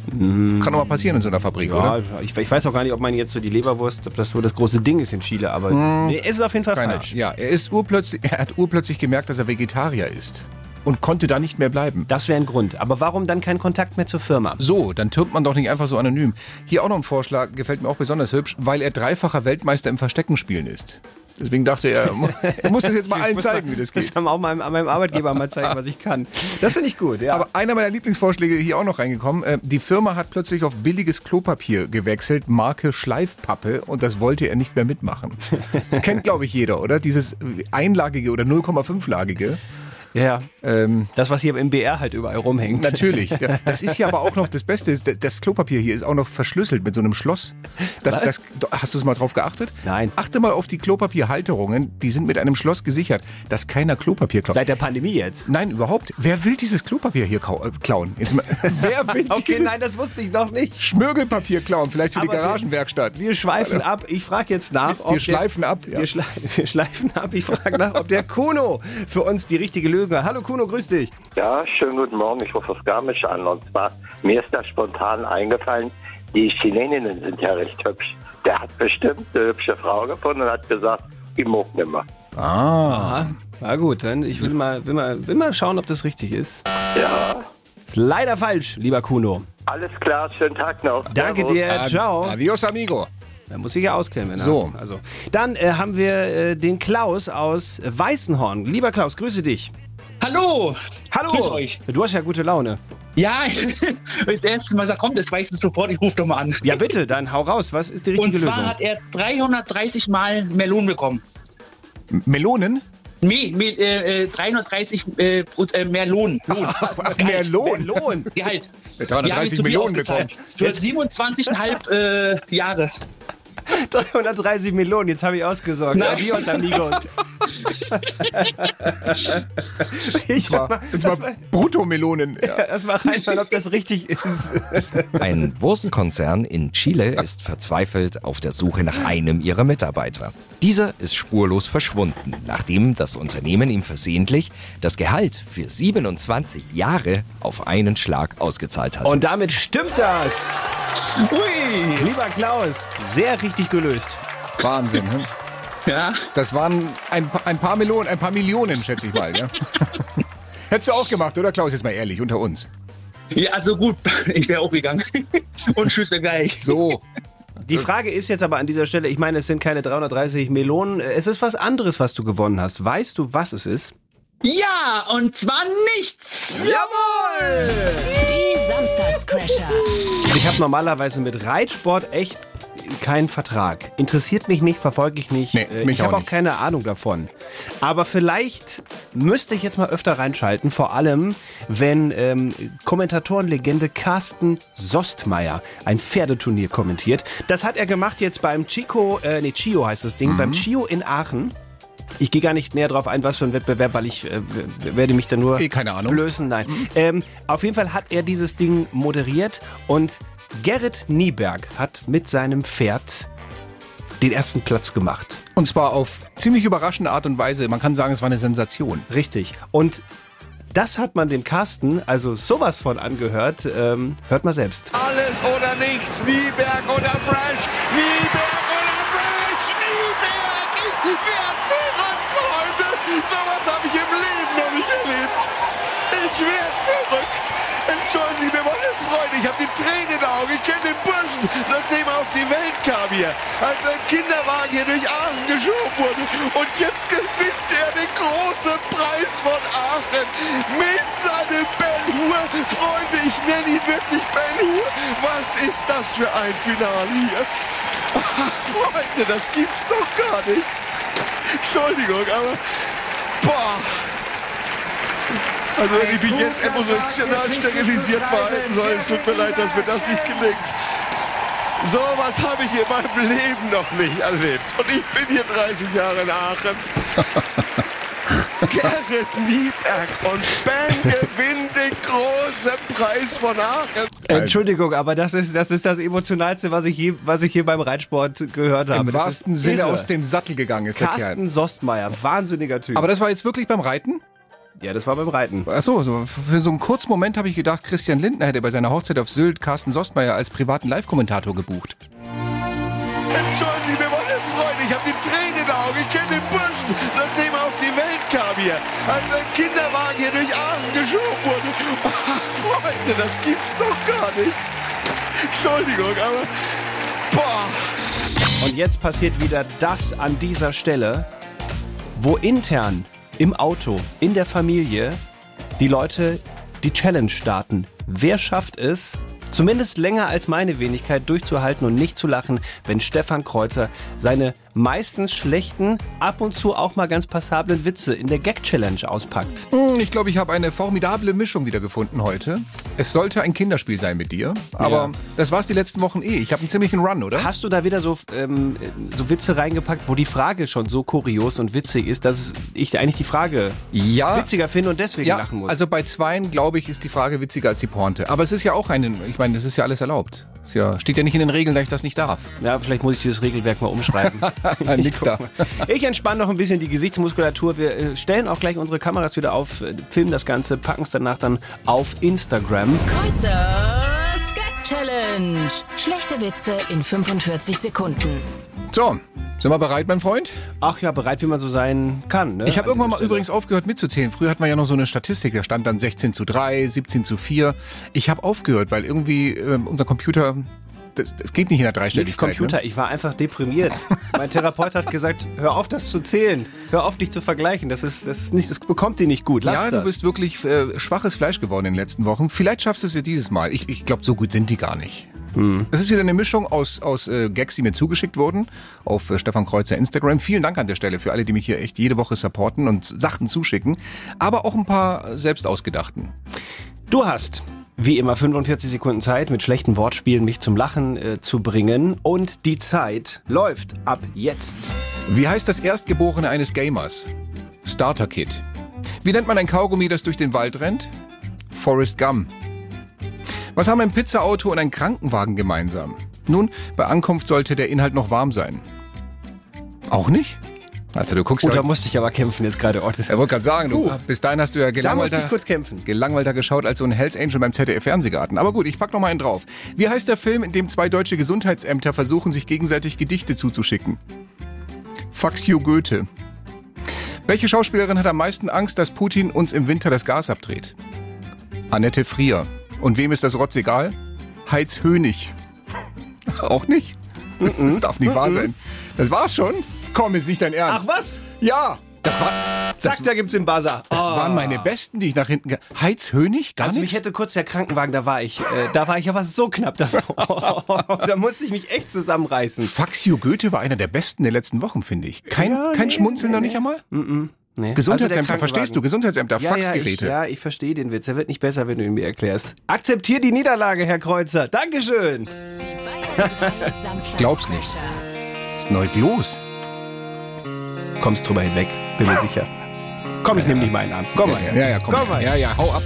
Speaker 3: Kann doch mal passieren in so einer Fabrik, oder?
Speaker 4: Hm. Ja, ich, ich weiß auch gar nicht, ob man jetzt so die Leberwurst, ob das so das große Ding ist in Chile, aber
Speaker 3: Hm.
Speaker 4: nee, es ist auf jeden Fall
Speaker 3: Keine
Speaker 4: falsch.
Speaker 3: Ahnung. Ja, er, ist urplötzlich, er hat urplötzlich gemerkt, dass er Vegetarier ist und konnte da nicht mehr bleiben.
Speaker 4: Das wäre ein Grund. Aber warum dann kein Kontakt mehr zur Firma?
Speaker 3: So, dann türmt man doch nicht einfach so anonym. Hier auch noch ein Vorschlag, gefällt mir auch besonders hübsch, weil er dreifacher Weltmeister im Versteckenspielen ist. Deswegen dachte er, er mu- er muss das jetzt mal allen
Speaker 4: muss
Speaker 3: zeigen,
Speaker 4: mal-
Speaker 3: wie das
Speaker 4: Ich
Speaker 3: geht.
Speaker 4: kann auch meinem, meinem Arbeitgeber mal zeigen, was ich kann. Das finde ich gut, ja.
Speaker 3: Aber einer meiner Lieblingsvorschläge hier auch noch reingekommen. Äh, Die Firma hat plötzlich auf billiges Klopapier gewechselt, Marke Schleifpappe, und das wollte er nicht mehr mitmachen. Das kennt, glaube ich, jeder, oder? Dieses einlagige oder 0,5-lagige.
Speaker 4: ja.
Speaker 3: Ähm,
Speaker 4: Das, was hier im BR halt überall rumhängt.
Speaker 3: Natürlich. Ja, Das ist ja aber auch noch das Beste. ist, Das Klopapier hier ist auch noch verschlüsselt mit so einem Schloss. Das, das,
Speaker 4: Was?
Speaker 3: hast du es mal drauf geachtet?
Speaker 4: Nein.
Speaker 3: Achte mal auf die Klopapierhalterungen. Die sind mit einem Schloss gesichert, dass keiner Klopapier klaut.
Speaker 4: Seit der Pandemie jetzt.
Speaker 3: Nein, überhaupt. Wer will dieses Klopapier hier kau- äh, klauen? Jetzt mal, wer will dieses
Speaker 4: das wusste ich noch nicht.
Speaker 3: Schmürgelpapier klauen? Vielleicht für die
Speaker 4: Aber wir-
Speaker 3: Garagenwerkstatt.
Speaker 4: Wir schweifen ab. Ich frage jetzt nach, ob
Speaker 3: Wir schleifen ab, ja.
Speaker 4: Wir, schle wir schleifen ab. Ich frage nach, ob der Kuno für uns die richtige Lösung hat. Hallo Kuno, grüß dich.
Speaker 8: Ja, schönen guten Morgen. Ich rufe aus Garmisch an. Und zwar, mir ist da spontan eingefallen, die Chileninnen sind ja recht hübsch. Der hat bestimmt eine hübsche Frau gefunden und hat gesagt, die mag nimmer.
Speaker 4: Ah, na gut, dann ich will mal, will mal, will mal schauen, ob das richtig ist.
Speaker 8: Ja,
Speaker 4: Leider falsch, lieber Kuno.
Speaker 8: alles klar. Schönen Tag noch.
Speaker 4: Danke
Speaker 8: Servus.
Speaker 4: dir, ciao.
Speaker 3: Adios, amigo.
Speaker 4: Da muss ich ja auskennen. Wenn er-
Speaker 3: So.
Speaker 4: Also. Dann äh, haben wir äh, den Klaus aus Weißenhorn. Lieber Klaus, grüße dich.
Speaker 9: Hallo!
Speaker 4: Hallo.
Speaker 9: Grüß euch.
Speaker 4: Du hast ja gute Laune.
Speaker 9: Ja, das erste Mal, dass er kommt, das weiß ich sofort, ich rufe doch mal an.
Speaker 4: Ja, bitte, dann hau raus. Was ist die richtige
Speaker 9: Und zwar
Speaker 4: Lösung?
Speaker 9: hat er 330 Mal Melonen bekommen.
Speaker 3: M- Melonen?
Speaker 9: Me, me, äh, äh, 330 äh, Prozent, äh, mehr Lohn. Lohn.
Speaker 3: mehr
Speaker 9: Gehalt.
Speaker 3: Lohn.
Speaker 4: Lohn.
Speaker 9: Gehalt.
Speaker 3: Ja, 330
Speaker 9: Die haben ihm zu viel
Speaker 3: Millionen
Speaker 9: ausgezahlt.
Speaker 3: bekommen.
Speaker 9: Für 27,5 äh, Jahre.
Speaker 4: 330 Millionen, jetzt habe ich ausgesorgt.
Speaker 9: Na.
Speaker 4: Adios, amigos. ich mach mal,
Speaker 3: Und zwar Bruttomelonen. Ja.
Speaker 4: erst mal reinschauen, ob das richtig ist.
Speaker 7: Ein Wurstenkonzern in Chile ist verzweifelt auf der Suche nach einem ihrer Mitarbeiter. Dieser ist spurlos verschwunden, nachdem das Unternehmen ihm versehentlich das Gehalt für 27 Jahre auf einen Schlag ausgezahlt hat.
Speaker 4: Und damit stimmt das. Ui. Lieber Klaus, sehr richtig gelöst.
Speaker 3: Wahnsinn. hm?
Speaker 9: Ja.
Speaker 3: Das waren ein, pa- ein paar Millionen, ein paar Millionen, schätze ich mal. Ja? Hättest du auch gemacht, oder Klaus? Jetzt mal ehrlich, unter uns.
Speaker 9: ja, also gut, ich wäre auch gegangen. Und tschüss, wir gleich.
Speaker 3: So,
Speaker 4: Die Frage ist jetzt aber an dieser Stelle, ich meine, es sind keine 330 Melonen, es ist was anderes, was du gewonnen hast. Weißt du, was es ist?
Speaker 9: Ja, und zwar nichts.
Speaker 2: Die Samstagscrasher.
Speaker 4: Ich habe normalerweise mit Reitsport echt keinen Vertrag. Interessiert mich nicht, verfolge ich nicht.
Speaker 3: Nee,
Speaker 4: Äh,
Speaker 3: mich
Speaker 4: ich habe
Speaker 3: auch
Speaker 4: auch
Speaker 3: nicht.
Speaker 4: keine Ahnung davon. Aber vielleicht müsste ich jetzt mal öfter reinschalten, vor allem wenn ähm, Kommentatorenlegende Carsten Sostmeier ein Pferdeturnier kommentiert. Das hat er gemacht jetzt beim Chico, äh, nee, Chio heißt das Ding,
Speaker 3: Mhm.
Speaker 4: beim Chio in Aachen. Ich gehe gar nicht näher drauf ein, was für ein Wettbewerb, weil ich äh, w- werde mich da nur
Speaker 3: Eh, keine Ahnung.
Speaker 4: blößen. Nein. Ähm, auf jeden Fall hat er dieses Ding moderiert und Gerrit Nieberg hat mit seinem Pferd den ersten Platz gemacht.
Speaker 3: und zwar auf ziemlich überraschende Art und Weise. Man kann sagen, es war eine Sensation.
Speaker 4: Richtig. Und das hat man dem Carsten also sowas von angehört. Ähm, hört mal selbst.
Speaker 10: Alles oder nichts, Nieberg oder Brash, Nieberg oder Brash, Nieberg! Wert verrückt, Freunde! Sowas habe ich im Leben noch nicht erlebt! Ich werd verrückt! Entschuldigen Sie mir meine Freunde, ich habe die Tränen in den Augen. Ich kenne den Burschen, seitdem er auf die Welt kam hier. Als ein Kinderwagen hier durch Aachen geschoben wurde. Und jetzt gewinnt er den großen Preis von Aachen mit seinem Ben Hur. Freunde, ich nenne ihn wirklich Ben Hur. Was ist das für ein Finale hier? Freunde, das gibt's doch gar nicht. Entschuldigung, aber. Boah. Also wenn ich mich jetzt emotional sterilisiert verhalten soll, es tut mir leid, dass mir das nicht gelingt. Sowas habe ich in meinem Leben noch nicht erlebt. Und ich bin hier 30 Jahre in Aachen. Gerrit Nieberg und Ben gewinnt den großen Preis von Aachen.
Speaker 4: Äh, Entschuldigung, aber das ist, das ist das Emotionalste, was ich, je, was ich hier beim Reitsport gehört habe.
Speaker 3: Im
Speaker 4: Das
Speaker 3: wahrsten
Speaker 4: ist
Speaker 3: Sinne
Speaker 4: irre.
Speaker 3: aus dem Sattel gegangen ist der Kerl.
Speaker 4: Carsten Sostmeier, wahnsinniger Typ.
Speaker 3: Aber das war jetzt wirklich beim Reiten?
Speaker 4: ja, das war beim Reiten.
Speaker 3: Achso, so, für so einen kurzen Moment habe ich gedacht, Christian Lindner hätte bei seiner Hochzeit auf Sylt Carsten Sostmeier als privaten Live-Kommentator gebucht.
Speaker 10: Entschuldigung, wir wollen Freunde. Ich habe die Tränen in den Augen. Ich kenne den Burschen, seitdem er auf die Welt kam hier. Als ein Kinderwagen hier durch Aachen geschoben wurde. Freunde, das gibt's doch gar nicht. Entschuldigung, aber. Boah.
Speaker 4: Und jetzt passiert wieder das an dieser Stelle, wo intern, im Auto, in der Familie, die Leute die Challenge starten. Wer schafft es, zumindest länger als meine Wenigkeit durchzuhalten und nicht zu lachen, wenn Stefan Kreuzer seine meistens schlechten, ab und zu auch mal ganz passablen Witze in der Gag-Challenge auspackt?
Speaker 3: Hm, Ich glaube, ich habe eine formidable Mischung wiedergefunden heute. Es sollte ein Kinderspiel sein mit dir, aber
Speaker 4: Ja.
Speaker 3: das war's die letzten Wochen eh. Ich habe einen ziemlichen Run, oder?
Speaker 4: Hast du da wieder so, ähm, so Witze reingepackt, wo die Frage schon so kurios und witzig ist, dass ich eigentlich die Frage
Speaker 3: Ja.
Speaker 4: witziger finde und deswegen
Speaker 3: ja,
Speaker 4: lachen muss?
Speaker 3: also bei zweien, glaube ich, ist die Frage witziger als die Pointe. Aber es ist ja auch ein, ich meine, das ist ja alles erlaubt. Es ja, steht ja nicht in den Regeln, dass ich das nicht darf.
Speaker 4: Ja, vielleicht muss ich dieses Regelwerk mal umschreiben. Ich
Speaker 3: Nix
Speaker 4: guck
Speaker 3: da.
Speaker 4: mal. Ich entspanne noch ein bisschen die Gesichtsmuskulatur. Wir äh, stellen auch gleich unsere Kameras wieder auf, äh, filmen das Ganze, packen es danach dann auf Instagram.
Speaker 2: Kreuzers Gag Challenge. Schlechte Witze in 45 Sekunden.
Speaker 3: So, sind wir bereit, mein Freund?
Speaker 4: Ach ja, bereit, wie man so sein kann. Ne?
Speaker 3: Ich habe
Speaker 4: An
Speaker 3: irgendwann mal
Speaker 4: dieser
Speaker 3: übrigens
Speaker 4: Stelle.
Speaker 3: aufgehört mitzuzählen. Früher hat man ja noch so eine Statistik, da stand dann 16 zu 3, 17 zu 4. Ich habe aufgehört, weil irgendwie ähm, unser Computer, das, das geht nicht in der
Speaker 4: Nix
Speaker 3: Dreistelligkeit. ne?
Speaker 4: Computer, ich war einfach deprimiert. mein Therapeut hat gesagt, hör auf, das zu zählen. Hör auf, dich zu vergleichen. Das ist, das ist nicht, das bekommt die nicht gut.
Speaker 3: Ne?
Speaker 4: Lass
Speaker 3: Ja,
Speaker 4: das.
Speaker 3: du bist wirklich äh, schwaches Fleisch geworden in den letzten Wochen. Vielleicht schaffst du es ja dieses Mal. Ich, ich glaube, so gut sind die gar nicht.
Speaker 4: Hm.
Speaker 3: Es ist wieder eine Mischung aus, aus äh, Gags, die mir zugeschickt wurden auf äh, Stefan Kreuzer Instagram. Vielen Dank an der Stelle für alle, die mich hier echt jede Woche supporten und Sachen zuschicken. Aber auch ein paar äh, selbst ausgedachten.
Speaker 4: Du hast wie immer 45 Sekunden Zeit, mit schlechten Wortspielen mich zum Lachen äh, zu bringen. Und die Zeit läuft ab jetzt.
Speaker 3: Wie heißt das Erstgeborene eines Gamers? Starter Kid. Wie nennt man ein Kaugummi, das durch den Wald rennt? Forrest Gum. Was haben ein Pizzaauto und ein Krankenwagen gemeinsam? Nun, bei Ankunft sollte der Inhalt noch warm sein. Auch nicht? Also du guckst
Speaker 4: Gut, Oh, da
Speaker 3: ja.
Speaker 4: musste ich aber kämpfen jetzt gerade. Oh, das-
Speaker 3: Er wollte gerade sagen, du, bis dahin hast du ja
Speaker 4: da musste
Speaker 3: gelangweilter,
Speaker 4: ich kurz kämpfen.
Speaker 3: gelangweilter geschaut als so ein Hells Angel beim ZDF-Fernsehgarten. Aber gut, ich pack noch mal einen drauf. Wie heißt der Film, in dem zwei deutsche Gesundheitsämter versuchen, sich gegenseitig Gedichte zuzuschicken? Fax you Goethe. Welche Schauspielerin hat am meisten Angst, dass Putin uns im Winter das Gas abdreht? Annette Frier. Und wem ist das Rotz egal? Heiz Hönig. Auch nicht? Das, darf nicht wahr sein. Das war's schon? Komm, ist nicht dein Ernst.
Speaker 4: was?
Speaker 3: Ja, das war. Das,
Speaker 4: Zack, da gibt's im Basar.
Speaker 3: das
Speaker 4: Oh.
Speaker 3: waren meine besten, die ich nach hinten. ge- Heiz Hönig? Gar
Speaker 4: Also mich
Speaker 3: nichts?
Speaker 4: hätte kurz der Krankenwagen, da war ich, äh, da war ich aber so knapp davor. da musste ich mich echt zusammenreißen. Also
Speaker 3: Faxio Goethe war einer der besten der letzten Wochen, finde ich. Kein, kein Schmunzeln noch nicht einmal? Gesundheitsämter,
Speaker 4: Nee. Also der
Speaker 3: verstehst du?
Speaker 4: Krankenwagen.
Speaker 3: Gesundheitsämter,
Speaker 4: Ja,
Speaker 3: Faxgeräte.
Speaker 4: Ja, ich, ja, ich verstehe den Witz. Er wird nicht besser, wenn du ihn mir erklärst. Akzeptier die Niederlage, Herr Kreuzer. Dankeschön.
Speaker 2: Die Bayern 3 Samstagscrasher.
Speaker 3: glaub's nicht. Was ist neu los?
Speaker 4: Kommst drüber hinweg, bin mir sicher. Komm, ich nehme dich mal in den Arm. Komm mal her.
Speaker 3: Ja, ja, komm.
Speaker 4: Komm mal.
Speaker 3: Ja, ja, hau ab.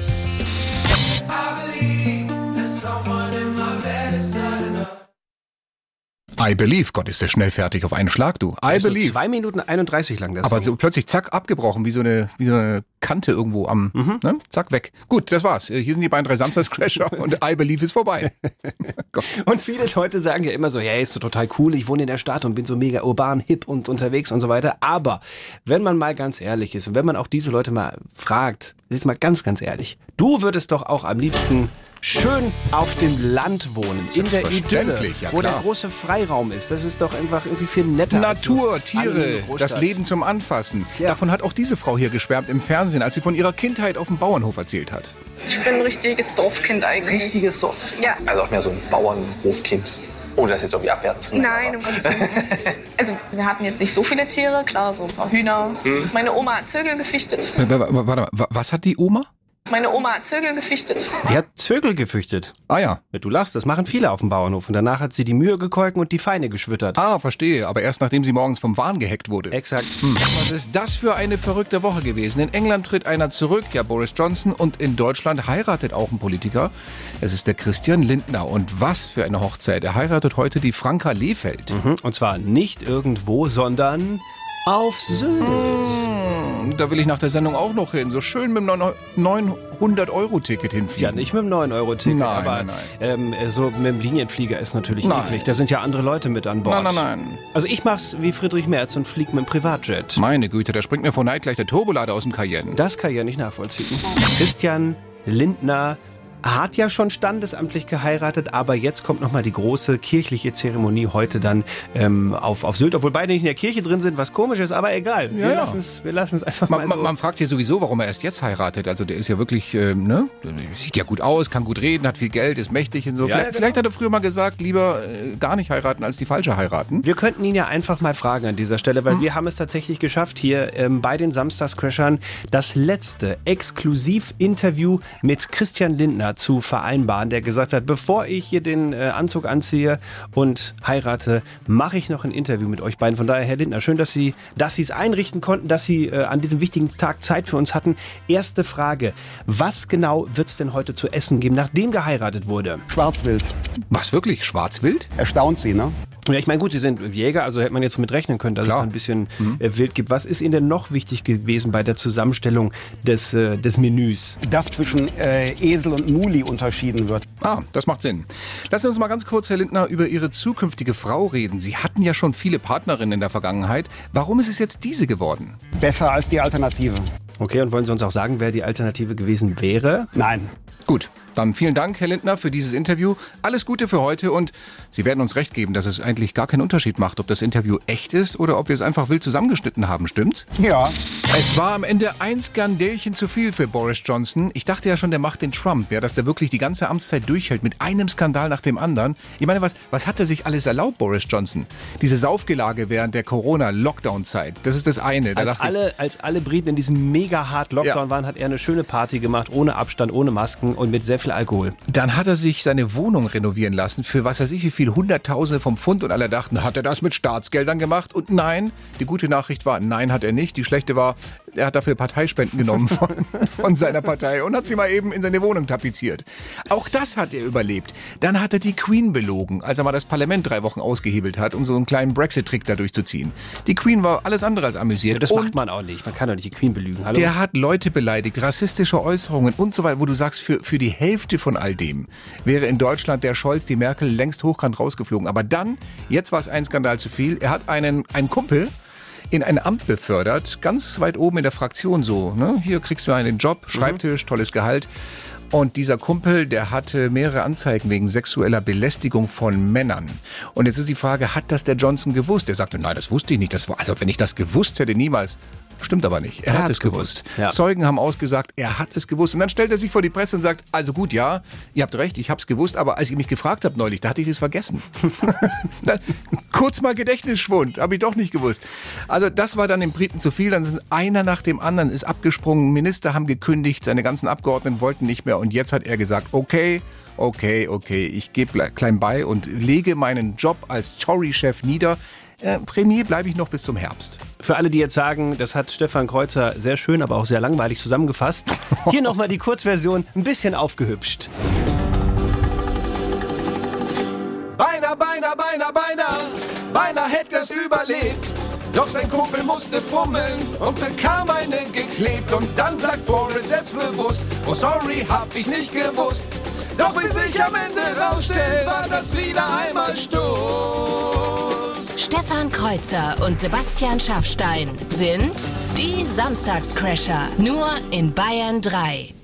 Speaker 3: I believe, Gott, ist der schnell fertig auf einen Schlag, du. I
Speaker 4: Ist nur
Speaker 3: believe.
Speaker 4: Zwei Minuten 31 lang das
Speaker 3: Aber
Speaker 4: Song.
Speaker 3: so plötzlich zack, abgebrochen, wie so eine, wie so eine Kante irgendwo am,
Speaker 4: Mhm.
Speaker 3: ne? zack, weg. Gut, das war's. Äh, Hier sind die beiden drei Samstagscrasher und I Believe ist vorbei. Gott.
Speaker 4: Und viele Leute sagen ja immer so, hey, ist so total cool, ich wohne in der Stadt und bin so mega urban, hip und unterwegs und so weiter. Aber wenn man mal ganz ehrlich ist und wenn man auch diese Leute mal fragt, ist mal ganz, ganz ehrlich, du würdest doch auch am liebsten schön auf dem Land wohnen, in der Idylle,
Speaker 3: Selbstverständlich, ja
Speaker 4: wo der
Speaker 3: klar.
Speaker 4: große Freiraum ist. Das ist doch einfach irgendwie viel netter. als so
Speaker 3: Natur,
Speaker 4: anonyme
Speaker 3: Tiere,
Speaker 4: Großstadt.
Speaker 3: das Leben zum Anfassen.
Speaker 4: Ja.
Speaker 3: Davon hat auch diese Frau hier geschwärmt im Fernsehen, als sie von ihrer Kindheit auf dem Bauernhof erzählt hat.
Speaker 11: Ich bin ein richtiges Dorfkind eigentlich.
Speaker 12: richtiges Dorf.
Speaker 11: Ja.
Speaker 12: Also auch mehr so ein Bauernhofkind. Ohne das jetzt irgendwie abwerten zu meinen,
Speaker 11: Nein,
Speaker 12: aber-
Speaker 11: um Gottes Willen. Also wir hatten jetzt nicht so viele Tiere, klar, so ein paar Hühner. Meine Oma hat Zögel geflüchtet.
Speaker 3: Äh, W- w- w- Warte mal, wa- was hat die Oma?
Speaker 11: Meine Oma hat Zögel geflüchtet.
Speaker 4: Die hat Zögel gefürchtet.
Speaker 3: Ah ja.
Speaker 4: Du lachst, das machen viele auf dem Bauernhof. Und danach hat sie die Mühe gekolken und die Feine geschwittert.
Speaker 3: Ah, verstehe. Aber erst nachdem sie morgens vom Wahn gehackt wurde.
Speaker 4: Exakt.
Speaker 3: Was ist das für eine verrückte Woche gewesen? In England tritt einer zurück, ja Boris Johnson, und in Deutschland heiratet auch ein Politiker. Es ist der Christian Lindner. Und was für eine Hochzeit. Er heiratet heute die Franka Lehfeld.
Speaker 4: Mhm. Und zwar nicht irgendwo, sondern auf
Speaker 3: Hm.
Speaker 4: Sylt.
Speaker 3: Da will ich nach der Sendung auch noch hin. So schön mit dem 900-Euro-Ticket
Speaker 4: Ja,
Speaker 3: hinfliegen.
Speaker 4: nicht mit dem 9-Euro-Ticket,
Speaker 3: Nein,
Speaker 4: aber
Speaker 3: nein,
Speaker 4: Ähm, so mit dem Linienflieger ist natürlich
Speaker 3: Nein.
Speaker 4: eklig. Da sind ja andere Leute mit an Bord.
Speaker 3: Nein, nein, nein.
Speaker 4: Also ich mach's wie Friedrich Merz und flieg mit dem Privatjet.
Speaker 3: Meine Güte, da springt mir vor Neid gleich der Turbolader aus dem Cayenne.
Speaker 4: Das kann ich ja nicht nachvollziehen. Christian Lindner hat ja schon standesamtlich geheiratet, aber jetzt kommt nochmal die große kirchliche Zeremonie heute dann ähm, auf, auf Sylt, obwohl beide nicht in der Kirche drin sind, was komisch ist, aber egal.
Speaker 3: Ja,
Speaker 4: wir
Speaker 3: ja.
Speaker 4: lassen es wir lassen's einfach
Speaker 3: Man,
Speaker 4: mal
Speaker 3: man,
Speaker 4: so.
Speaker 3: man fragt sich sowieso, warum er erst jetzt heiratet. Also der ist ja wirklich, ähm, ne? Sieht ja gut aus, kann gut reden, hat viel Geld, ist mächtig und so.
Speaker 4: Ja,
Speaker 3: vielleicht,
Speaker 4: ja, genau.
Speaker 3: vielleicht hat er früher mal gesagt, lieber äh, gar nicht heiraten, als die falsche heiraten.
Speaker 4: Wir könnten ihn ja einfach mal fragen an dieser Stelle, weil wir haben es tatsächlich geschafft, hier ähm, bei den Samstagscrashern das letzte Exklusiv-Interview mit Christian Lindner zu vereinbaren, der gesagt hat, bevor ich hier den äh, Anzug anziehe und heirate, mache ich noch ein Interview mit euch beiden. Von daher, Herr Lindner, schön, dass Sie dass Sie es einrichten konnten, dass Sie äh, an diesem wichtigen Tag Zeit für uns hatten. Erste Frage, was genau wird es denn heute zu essen geben, nachdem geheiratet wurde?
Speaker 13: Schwarzwild.
Speaker 3: Was wirklich? Schwarzwild?
Speaker 13: Erstaunt Sie, ne?
Speaker 4: Ja, ich meine, gut, Sie sind Jäger, also hätte man jetzt mit rechnen können, dass es da ein bisschen äh, wild gibt. Was ist Ihnen denn noch wichtig gewesen bei der Zusammenstellung des, äh, des Menüs?
Speaker 13: Darf zwischen äh, Esel und Muli unterschieden wird.
Speaker 3: Ah, das macht Sinn. Lassen Sie uns mal ganz kurz, Herr Lindner, über Ihre zukünftige Frau reden. Sie hatten ja schon viele Partnerinnen in der Vergangenheit. Warum ist es jetzt diese geworden?
Speaker 13: Besser als die Alternative.
Speaker 4: Okay, und wollen Sie uns auch sagen, wer die Alternative gewesen wäre?
Speaker 13: Nein.
Speaker 3: Gut, dann vielen Dank, Herr Lindner, für dieses Interview. Alles Gute für heute und Sie werden uns recht geben, dass es eigentlich gar keinen Unterschied macht, ob das Interview echt ist oder ob wir es einfach wild zusammengeschnitten haben, stimmt's?
Speaker 13: Ja.
Speaker 3: Es war am Ende ein Skandelchen zu viel für Boris Johnson. Ich dachte ja schon, der macht den Trump, ja, dass der wirklich die ganze Amtszeit durchhält mit einem Skandal nach dem anderen. Ich meine, was, was hat er sich alles erlaubt, Boris Johnson? Diese Saufgelage während der Corona-Lockdown-Zeit, das ist das eine. Da
Speaker 4: Als
Speaker 3: dachte ich,
Speaker 4: alle, als alle Briten in diesem mega hart Lockdown
Speaker 3: Ja.
Speaker 4: waren, hat er eine schöne Party gemacht, ohne Abstand, ohne Masken und mit sehr viel Alkohol.
Speaker 3: Dann hat er sich seine Wohnung renovieren lassen für was weiß ich wie viel Hunderttausende vom Pfund und alle dachten, hat er das mit Staatsgeldern gemacht? Und nein, die gute Nachricht war, nein hat er nicht. Die schlechte war, er hat dafür Parteispenden genommen von, von seiner Partei und hat sie mal eben in seine Wohnung tapeziert. Auch das hat er überlebt. Dann hat er die Queen belogen, als er mal das Parlament drei Wochen ausgehebelt hat, um so einen kleinen Brexit-Trick dadurch zu ziehen. Die Queen war alles andere als amüsiert.
Speaker 4: Das
Speaker 3: und
Speaker 4: macht man auch nicht. Man kann doch nicht die Queen belügen. Hallo?
Speaker 3: der hat Leute beleidigt, rassistische Äußerungen und so weiter, wo du sagst, für, für die Hälfte von all dem wäre in Deutschland der Scholz, die Merkel längst hochkant rausgeflogen. Aber dann, jetzt war es ein Skandal zu viel, er hat einen, einen Kumpel in ein Amt befördert, ganz weit oben in der Fraktion so. Ne? Hier kriegst du einen Job, Schreibtisch, tolles Gehalt. Und dieser Kumpel, der hatte mehrere Anzeigen wegen sexueller Belästigung von Männern. Und jetzt ist die Frage, hat das der Johnson gewusst? Er sagte, nein, das wusste ich nicht. Das war, also wenn ich das gewusst hätte, niemals. Stimmt aber nicht. Er, hat, es gewusst.
Speaker 4: Ja.
Speaker 3: Zeugen haben ausgesagt, er hat es gewusst. Und dann stellt er sich vor die Presse und sagt, also gut, ja, ihr habt recht, ich hab's gewusst, aber als ich mich gefragt habt neulich, da hatte ich es vergessen. dann, kurz mal Gedächtnisschwund, habe ich doch nicht gewusst. Also das war dann den Briten zu viel, dann sind einer nach dem anderen ist abgesprungen, Minister haben gekündigt, seine ganzen Abgeordneten wollten nicht mehr und jetzt hat er gesagt, okay, okay, okay, ich gebe klein bei und lege meinen Job als Tory-Chef nieder. Äh, Premier bleibe ich noch bis zum Herbst.
Speaker 4: Für alle, die jetzt sagen, das hat Stefan Kreuzer sehr schön, aber auch sehr langweilig zusammengefasst, hier nochmal die Kurzversion, ein bisschen aufgehübscht.
Speaker 10: Beinahe, beinahe, beinahe, beinahe, beinahe hätte es überlebt. Doch sein Kumpel musste fummeln und bekam einen geklebt. Und dann sagt Boris selbstbewusst, oh sorry, hab ich nicht gewusst. Doch wie sich am Ende rausstellt, war das wieder einmal Stoß.
Speaker 2: Stefan Kreuzer und Sebastian Schaffstein sind die Samstagscrasher. Nur in Bayern 3.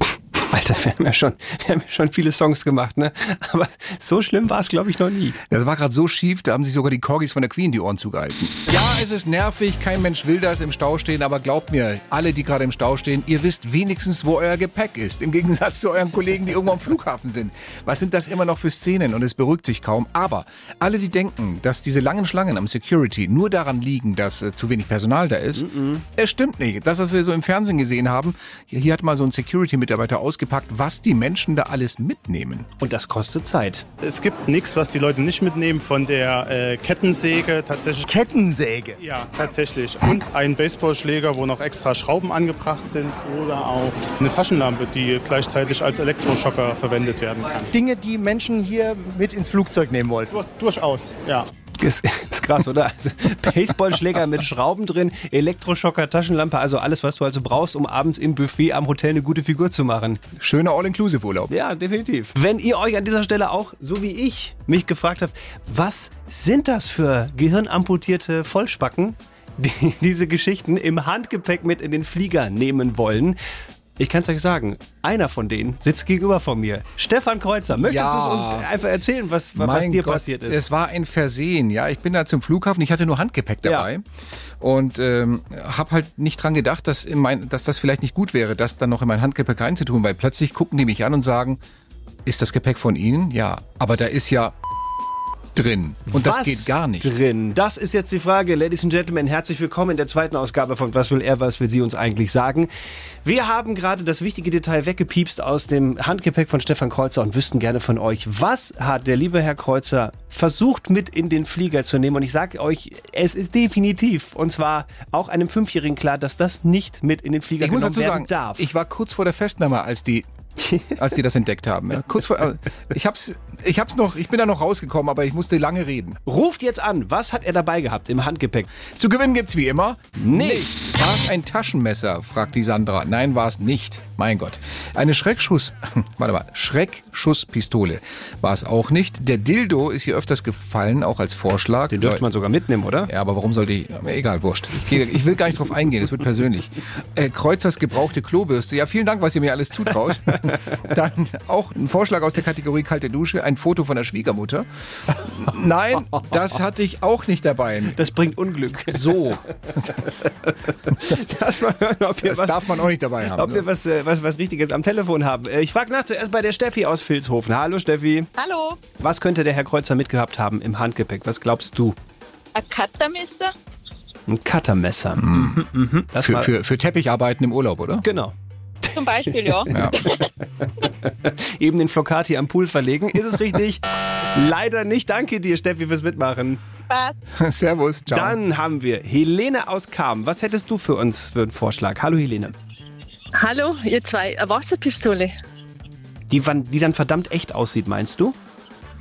Speaker 4: Alter, wir haben, ja schon, wir haben ja schon viele Songs gemacht, ne? Aber so schlimm war es, glaube ich, noch nie.
Speaker 3: Das war gerade so schief, da haben sich sogar die Corgis von der Queen die Ohren zugehalten. Ja, es ist nervig, kein Mensch will das im Stau stehen, aber glaubt mir, alle, die gerade im Stau stehen, ihr wisst wenigstens, wo euer Gepäck ist. Im Gegensatz zu euren Kollegen, die irgendwo am Flughafen sind. Was sind das immer noch für Szenen und es beruhigt sich kaum. Aber alle, die denken, dass diese langen Schlangen am Security nur daran liegen, dass äh, zu wenig Personal da ist, es stimmt nicht. Das, was wir so im Fernsehen gesehen haben, hier, hier hat mal so ein Security-Mitarbeiter ausgepackt, was die Menschen da alles mitnehmen.
Speaker 4: Und das kostet Zeit.
Speaker 14: Es gibt nichts, was die Leute nicht mitnehmen von der äh, Kettensäge tatsächlich.
Speaker 15: Kettensäge?
Speaker 14: Ja, tatsächlich. Und einen Baseballschläger, wo noch extra Schrauben angebracht sind oder auch eine Taschenlampe, die gleichzeitig als Elektroschocker verwendet werden kann.
Speaker 15: Dinge, die Menschen hier mit ins Flugzeug nehmen wollten.
Speaker 14: Durchaus, ja.
Speaker 4: Ist, ist krass, oder? Also Baseballschläger mit Schrauben drin, Elektroschocker, Taschenlampe, also alles, was du also brauchst, um abends im Buffet am Hotel eine gute Figur zu machen.
Speaker 3: Schöner All-Inclusive-Urlaub.
Speaker 4: Ja, definitiv. Wenn ihr euch an dieser Stelle auch, so wie ich, mich gefragt habt, was sind das für gehirnamputierte Vollspacken, die diese Geschichten im Handgepäck mit in den Flieger nehmen wollen, ich kann es euch sagen, einer von denen sitzt gegenüber von mir. Stefan Kreuzer, möchtest
Speaker 3: Ja.
Speaker 4: du es uns einfach erzählen, was, was
Speaker 3: Mein
Speaker 4: dir
Speaker 3: Gott,
Speaker 4: passiert ist?
Speaker 3: Es war ein Versehen, ja. Ich bin da zum Flughafen, ich hatte nur Handgepäck dabei und ähm, habe halt nicht dran gedacht, dass, in mein, dass das vielleicht nicht gut wäre, das dann noch in mein Handgepäck reinzutun, weil plötzlich gucken die mich an und sagen, ist das Gepäck von Ihnen? Ja, aber da ist ja drin und das
Speaker 4: Was
Speaker 3: geht gar nicht.
Speaker 4: drin? Das ist jetzt die Frage. Ladies and Gentlemen, herzlich willkommen in der zweiten Ausgabe von Was will er, was will sie uns eigentlich sagen? Wir haben gerade das wichtige Detail weggepiepst aus dem Handgepäck von Stefan Kreuzer und wüssten gerne von euch, was hat der liebe Herr Kreuzer versucht mit in den Flieger zu nehmen? Und ich sage euch, es ist definitiv und zwar auch einem Fünfjährigen klar, dass das nicht mit in den Flieger
Speaker 3: Ich muss
Speaker 4: genommen
Speaker 3: dazu
Speaker 4: werden
Speaker 3: sagen,
Speaker 4: darf.
Speaker 3: ich war kurz vor der Festnahme, als die, als die das entdeckt haben. Ja. Kurz vor, äh, ich hab's, ich hab's noch, ich bin da noch rausgekommen, aber ich musste lange reden.
Speaker 4: Ruft jetzt an, was hat er dabei gehabt im Handgepäck?
Speaker 3: Zu gewinnen gibt's wie immer nichts. War es ein Taschenmesser? fragt die Sandra. Nein, war es nicht. Mein Gott. Eine Schreckschuss, warte mal, Schreckschusspistole war es auch nicht. Der Dildo ist hier öfters gefallen, auch als Vorschlag. Den
Speaker 4: dürfte man sogar mitnehmen, oder?
Speaker 3: Ja, aber warum sollte ich, egal, wurscht. Ich, gehe, ich will gar nicht drauf eingehen, es wird persönlich. Äh, Kreuzers gebrauchte Klobürste. Ja, vielen Dank, was ihr mir alles zutraut. Dann auch ein Vorschlag aus der Kategorie kalte Dusche, ein Foto von der Schwiegermutter. Nein, das hatte ich auch nicht dabei.
Speaker 4: Das bringt Unglück.
Speaker 3: So.
Speaker 4: Lass mal hören, ob wir
Speaker 3: Das
Speaker 4: was,
Speaker 3: darf man auch nicht dabei haben,
Speaker 4: Ob
Speaker 3: ne?
Speaker 4: wir was, äh, was, was Richtiges am Telefon haben. Äh, Ich frage nach zuerst bei der Steffi aus Vilshofen. Hallo Steffi.
Speaker 16: Hallo,
Speaker 4: Was könnte der Herr Kreuzer mitgehabt haben im Handgepäck? Was glaubst du?
Speaker 16: ein Cuttermesser?
Speaker 4: Ein Cuttermesser. Mhm, mhm.
Speaker 3: Für, für, für Teppicharbeiten im Urlaub, oder?
Speaker 4: Genau.
Speaker 16: Zum Beispiel, ja.
Speaker 3: Ja.
Speaker 4: Eben den Flocati am Pool verlegen. Ist es richtig? Leider nicht. Danke dir, Steffi, fürs Mitmachen.
Speaker 16: Passt.
Speaker 3: Servus, ciao.
Speaker 4: Dann haben wir Helene aus Kam. Was hättest du für uns für einen Vorschlag? Hallo Helene.
Speaker 17: Hallo, ihr zwei. Eine Wasserpistole.
Speaker 4: Die, wann- die dann verdammt echt aussieht, meinst du?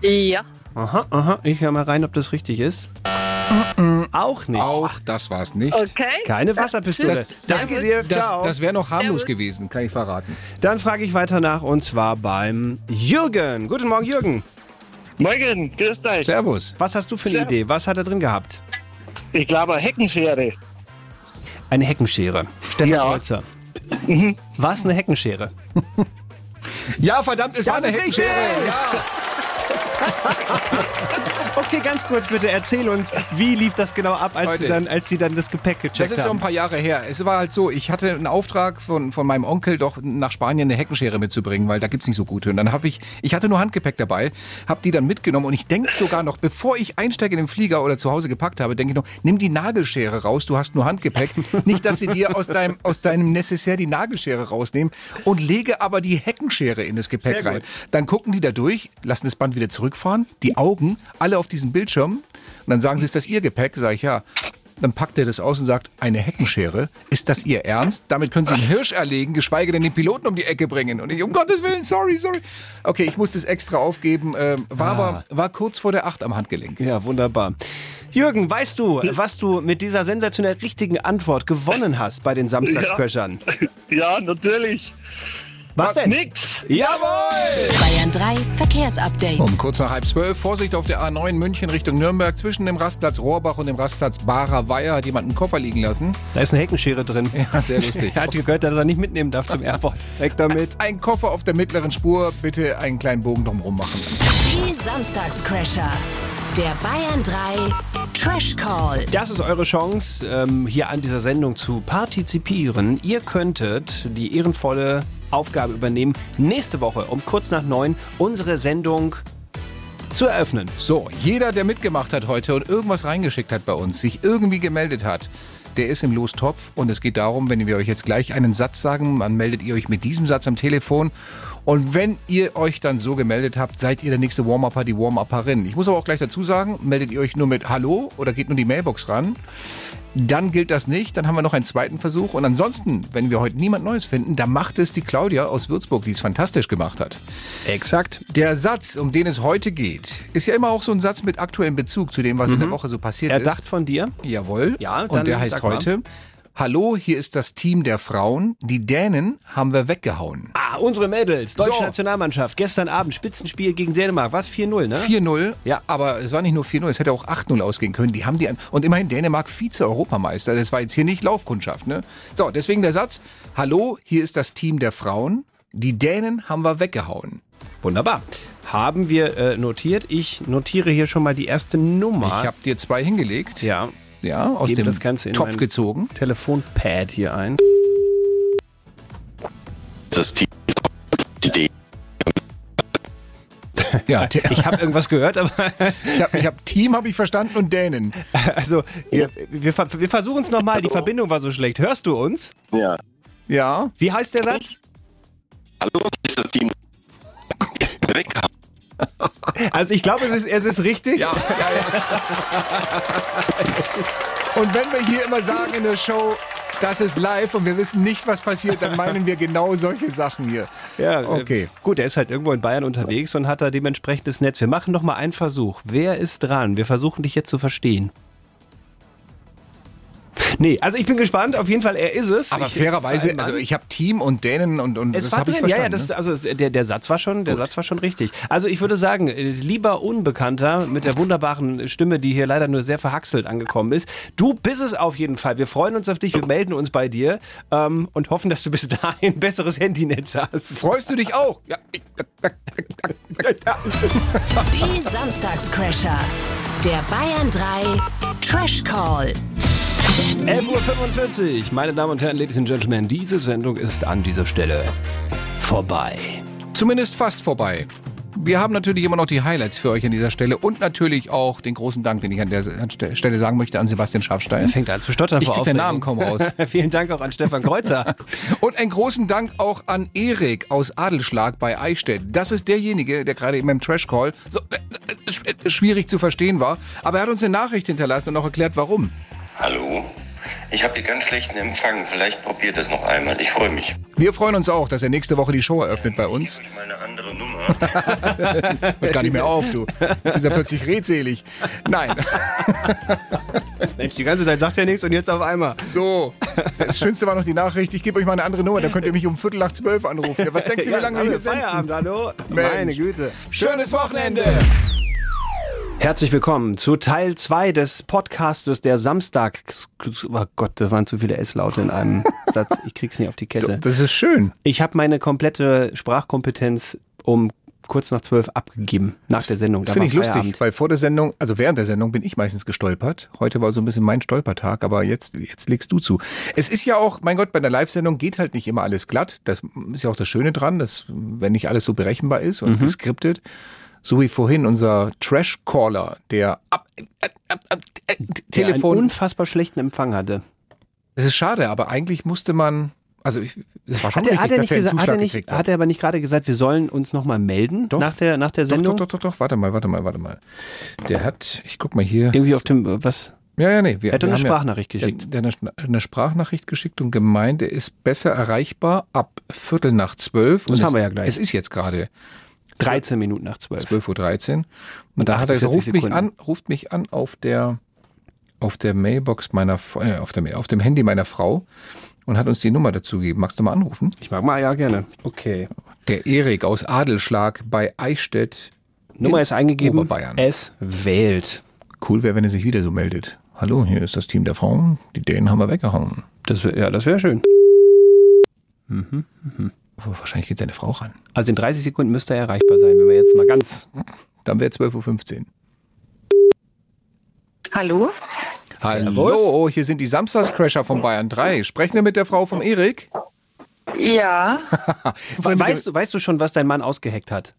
Speaker 17: Ja.
Speaker 4: Aha, aha. Ich höre mal rein, ob das richtig ist. Auch nicht.
Speaker 3: Auch das war es nicht.
Speaker 17: Okay.
Speaker 4: Keine Wasserpistole.
Speaker 3: Das, das,
Speaker 4: Danke dir.
Speaker 3: das,
Speaker 4: Ciao.
Speaker 3: das wäre noch harmlos gewesen, kann ich verraten.
Speaker 4: Dann frage ich weiter nach und zwar beim Jürgen. Guten Morgen, Jürgen.
Speaker 18: Morgen, grüß dich.
Speaker 3: Servus.
Speaker 4: Was hast du für eine
Speaker 18: Servus.
Speaker 4: Idee? Was hat er drin gehabt?
Speaker 18: Ich glaube, eine Heckenschere.
Speaker 4: Eine Heckenschere. Stefan Kreuzer.
Speaker 18: Mhm.
Speaker 4: War es eine Heckenschere?
Speaker 3: Ja, verdammt, es
Speaker 4: Das
Speaker 3: war eine
Speaker 4: ist
Speaker 3: Heckenschere.
Speaker 4: richtig.
Speaker 3: Ja.
Speaker 4: Okay, ganz kurz bitte, erzähl uns, wie lief das genau ab, als,
Speaker 3: Heute.
Speaker 4: du dann, als die dann das Gepäck gecheckt
Speaker 3: Das ist so ein
Speaker 4: haben?
Speaker 3: paar Jahre her. Es war halt so, ich hatte einen Auftrag von, von meinem Onkel, doch nach Spanien eine Heckenschere mitzubringen, weil da gibt's nicht so gute. Und dann habe ich, ich hatte nur Handgepäck dabei, habe die dann mitgenommen und ich denke sogar noch, bevor ich einsteige in den Flieger oder zu Hause gepackt habe, denke ich noch, nimm die Nagelschere raus, du hast nur Handgepäck. Nicht, dass sie dir aus deinem, aus deinem Necessaire die Nagelschere rausnehmen und lege aber die Heckenschere in das Gepäck
Speaker 4: Sehr
Speaker 3: rein.
Speaker 4: gut.
Speaker 3: Dann gucken die da durch, lassen das Band wieder zurückfahren, die Augen, alle auf diesen Bildschirm. Und dann sagen sie, ist das ihr Gepäck? Sag ich, ja. Dann packt er das aus und sagt, eine Heckenschere, ist das ihr Ernst? Damit können sie einen Hirsch erlegen, geschweige denn den Piloten um die Ecke bringen. Und ich, um Gottes Willen, sorry, sorry. Okay, ich musste es extra aufgeben, ähm, war aber, war kurz vor der Acht am Handgelenk.
Speaker 4: Ja, wunderbar. Jürgen, weißt du, was du mit dieser sensationell richtigen Antwort gewonnen hast bei den Samstagscrashern?
Speaker 18: Ja, natürlich.
Speaker 4: Was denn?
Speaker 18: Nix!
Speaker 4: Jawohl!
Speaker 2: Bayern 3 Verkehrsupdate.
Speaker 3: Um kurz nach halb zwölf, Vorsicht auf der A9 München Richtung Nürnberg. Zwischen dem Rastplatz Rohrbach und dem Rastplatz Barer Weiher hat jemand einen Koffer liegen lassen.
Speaker 4: Da ist eine Heckenschere drin.
Speaker 3: Ja, sehr lustig.
Speaker 4: er hat gehört, dass er nicht mitnehmen darf zum Airport. Weg damit.
Speaker 3: Ein Koffer auf der mittleren Spur, bitte einen kleinen Bogen drumherum machen.
Speaker 2: Die Samstagscrasher. Der Bayern 3 Trash Call.
Speaker 4: Das ist eure Chance, ähm, hier an dieser Sendung zu partizipieren. Ihr könntet die ehrenvolle Aufgabe übernehmen, nächste Woche um kurz nach neun unsere Sendung zu eröffnen.
Speaker 3: So, jeder, der mitgemacht hat heute und irgendwas reingeschickt hat bei uns, sich irgendwie gemeldet hat, der ist im Lostopf und es geht darum, wenn wir euch jetzt gleich einen Satz sagen, dann meldet ihr euch mit diesem Satz am Telefon und wenn ihr euch dann so gemeldet habt, seid ihr der nächste Warm-Upper, die Warm-Upperin. Ich muss aber auch gleich dazu sagen, meldet ihr euch nur mit Hallo oder geht nur die Mailbox ran, dann gilt das nicht, dann haben wir noch einen zweiten Versuch und ansonsten, wenn wir heute niemand Neues finden, dann macht es die Claudia aus Würzburg, die es fantastisch gemacht hat.
Speaker 4: Exakt.
Speaker 3: Der Satz, um den es heute geht, ist ja immer auch so ein Satz mit aktuellem Bezug zu dem, was in der Woche so passiert ist.
Speaker 4: Erdacht von dir.
Speaker 3: Jawohl.
Speaker 4: Mhm. Ja, dann
Speaker 3: und der heißt
Speaker 4: sag mal.
Speaker 3: heute. Hallo, hier ist das Team der Frauen. Die Dänen haben wir weggehauen.
Speaker 4: Ah, unsere Mädels, deutsche
Speaker 3: So.
Speaker 4: Nationalmannschaft. Gestern Abend Spitzenspiel gegen Dänemark. Was? 4-0, ne?
Speaker 3: 4-0,
Speaker 4: Ja.
Speaker 3: aber es war nicht nur 4-0, es hätte auch 8-0 ausgehen können. Die haben die an und immerhin Dänemark Vize-Europameister. Das war jetzt hier nicht Laufkundschaft, ne? So, deswegen der Satz: Hallo, hier ist das Team der Frauen. Die Dänen haben wir weggehauen.
Speaker 4: Wunderbar. Haben wir äh, notiert. Ich notiere hier schon mal die erste Nummer.
Speaker 3: Ich habe dir zwei hingelegt.
Speaker 4: ja,
Speaker 3: Ja, aus
Speaker 4: Gebe
Speaker 3: dem
Speaker 4: das Ganze in
Speaker 3: Topf
Speaker 4: mein-
Speaker 3: gezogen.
Speaker 4: Telefonpad hier ein.
Speaker 12: Das Team. Die Idee.
Speaker 3: Ja, ich
Speaker 4: Ich habe irgendwas gehört, aber
Speaker 3: hab, ich hab Team habe ich verstanden und Dänen.
Speaker 4: also wir, wir, ver- wir versuchen es nochmal. Die Verbindung war so schlecht. Hörst du uns?
Speaker 12: Ja.
Speaker 3: Ja,
Speaker 4: Wie heißt der Satz?
Speaker 12: Hallo, hier ist das Team. Weg.
Speaker 4: Also ich glaube, es ist, es ist richtig.
Speaker 3: ja, ja, ja. Und wenn wir hier immer sagen in der Show, das ist live und wir wissen nicht, was passiert, dann meinen wir genau solche Sachen hier.
Speaker 4: Ja,
Speaker 3: Okay.
Speaker 4: okay. Äh, gut, er ist halt irgendwo in Bayern unterwegs und hat da dementsprechendes Netz. Wir machen noch mal einen Versuch. Wer ist dran? Wir versuchen dich jetzt zu verstehen. Nee, also ich bin gespannt. Auf jeden Fall, er ist es.
Speaker 3: Aber
Speaker 4: ich, es
Speaker 3: fairerweise,
Speaker 4: ist ein
Speaker 3: also
Speaker 4: Mann.
Speaker 3: ich habe Team und Dänen und, und
Speaker 4: es
Speaker 3: das
Speaker 4: war
Speaker 3: habe ich
Speaker 4: drin. Ja,
Speaker 3: verstanden.
Speaker 4: ja, das, also es- der, der Satz war schon, der Satz war schon richtig. Also ich würde sagen, äh, lieber Unbekannter mit der wunderbaren Stimme, die hier leider nur sehr verhaxelt angekommen ist. Du bist es auf jeden Fall. Wir freuen uns auf dich. Wir melden uns bei dir ähm, und hoffen, dass du bis dahin ein besseres Handynetz hast.
Speaker 3: ne? Freust du dich auch? Ja, ich,
Speaker 2: Die Samstagscrasher. Der Bayern 3 Trash Call.
Speaker 4: 11.45 Uhr, meine Damen und Herren, Ladies and Gentlemen, diese Sendung ist an dieser Stelle vorbei.
Speaker 3: zumindest fast vorbei. Wir haben natürlich immer noch die Highlights für euch an dieser Stelle und natürlich auch den großen Dank, den ich an der an der Stelle sagen möchte, an Sebastian Schafstein.
Speaker 4: Er fängt an zu stottern
Speaker 3: Ich
Speaker 4: vor
Speaker 3: krieg den
Speaker 4: Aufregung.
Speaker 3: Namen kaum raus.
Speaker 4: Vielen Dank auch an Stefan Kreuzer.
Speaker 3: Und einen großen Dank auch an Erik aus Adelschlag bei Eichstätt. Das ist derjenige, der gerade eben im Trash Call so äh, äh, schwierig zu verstehen war. Aber er hat uns eine Nachricht hinterlassen und auch erklärt, warum.
Speaker 12: Hallo? Ich habe hier ganz schlechten Empfang. Vielleicht probiert es noch einmal. Ich freue mich.
Speaker 3: Wir freuen uns auch, dass er nächste Woche die Show eröffnet bei uns.
Speaker 12: Mal eine andere Nummer.
Speaker 3: Hört gar nicht mehr auf, du. Jetzt ist er plötzlich redselig. Nein.
Speaker 4: Mensch, die ganze Zeit sagt ja nichts und jetzt auf einmal.
Speaker 3: So, das Schönste war noch die Nachricht, ich gebe euch mal eine andere Nummer, dann könnt ihr mich um Viertel nach zwölf anrufen. Ja, was denkst du, wie lange wir hier sind?
Speaker 4: Feierabend, hallo.
Speaker 3: Mensch.
Speaker 4: Meine Güte.
Speaker 3: Schönes Wochenende!
Speaker 4: Herzlich willkommen zu Teil 2 des Podcastes der Samstag. Oh Gott, das waren zu viele S-Laute in einem Satz. Ich krieg's nicht auf die Kette.
Speaker 3: Das ist schön.
Speaker 4: Ich habe meine komplette Sprachkompetenz um kurz nach zwölf abgegeben, nach der Sendung. Da
Speaker 3: Finde ich
Speaker 4: war
Speaker 3: lustig,
Speaker 4: Feierabend.
Speaker 3: weil vor der Sendung, also während der Sendung bin ich meistens gestolpert. Heute war so ein bisschen mein Stolpertag, aber jetzt, jetzt legst du zu. Es ist ja auch, mein Gott, bei einer Live-Sendung geht halt nicht immer alles glatt. Das ist ja auch das Schöne dran, dass wenn nicht alles so berechenbar ist
Speaker 4: Mhm.
Speaker 3: und geskriptet, so wie vorhin unser Trash-Caller, der ab, ab, ab, ab, äh,
Speaker 4: Der
Speaker 3: Telefon
Speaker 4: einen unfassbar schlechten Empfang hatte.
Speaker 3: Es ist schade, aber eigentlich musste man, also ich, es war schon
Speaker 4: Hat
Speaker 3: richtig,
Speaker 4: er, hat er
Speaker 3: dass
Speaker 4: nicht
Speaker 3: der einen
Speaker 4: gesagt,
Speaker 3: Zuschlag
Speaker 4: hat er nicht,
Speaker 3: gekriegt
Speaker 4: hat er aber nicht gerade gesagt, wir sollen uns nochmal melden
Speaker 3: Doch.
Speaker 4: nach der, nach der
Speaker 3: doch, doch,
Speaker 4: Sendung?
Speaker 3: doch, doch, doch, warte mal, warte mal, warte mal. Der hat, ich guck mal hier.
Speaker 4: Irgendwie auf dem, äh, was?
Speaker 3: Ja, ja, nee. Wir,
Speaker 4: Er hat
Speaker 3: wir
Speaker 4: eine
Speaker 3: haben ja-
Speaker 4: Sprachnachricht geschickt.
Speaker 3: Der, der hat eine Sprachnachricht geschickt und gemeint, er ist besser erreichbar ab Viertel nach zwölf.
Speaker 4: Das
Speaker 3: und
Speaker 4: haben
Speaker 3: es,
Speaker 4: wir ja gleich.
Speaker 3: Es ist jetzt gerade
Speaker 4: 13 Minuten nach 12.
Speaker 3: 12.13 Uhr. Und da hat er gesagt,
Speaker 4: 48
Speaker 3: ruft mich
Speaker 4: Sekunden.
Speaker 3: an, ruft mich an auf der, auf der Mailbox meiner, F- äh, auf, der, auf dem Handy meiner Frau. und hat uns die Nummer dazu gegeben. Magst du mal anrufen?
Speaker 4: Ich mag mal, ja, gerne. Okay.
Speaker 3: Der Erik aus Adelschlag bei Eichstätt.
Speaker 4: Nummer
Speaker 3: in
Speaker 4: ist eingegeben.
Speaker 3: Oberbayern.
Speaker 4: Es wählt.
Speaker 3: Cool wäre, wenn er sich wieder so meldet. Hallo, hier ist das Team der Frauen. Die Dänen haben wir weggehauen.
Speaker 4: Das wär, ja, das wäre schön. Mhm.
Speaker 3: Wahrscheinlich geht seine Frau ran.
Speaker 4: Also in 30 Sekunden müsste er erreichbar sein, wenn wir jetzt mal ganz.
Speaker 3: Dann wäre 12.15 Uhr.
Speaker 17: Hallo?
Speaker 3: Hallo, hier sind die Samstagscrasher von Bayern 3. Sprechen wir mit der Frau vom Erik?
Speaker 17: Ja,
Speaker 3: Wollen wir-
Speaker 4: Weißt du, weißt du schon, was dein Mann ausgeheckt hat?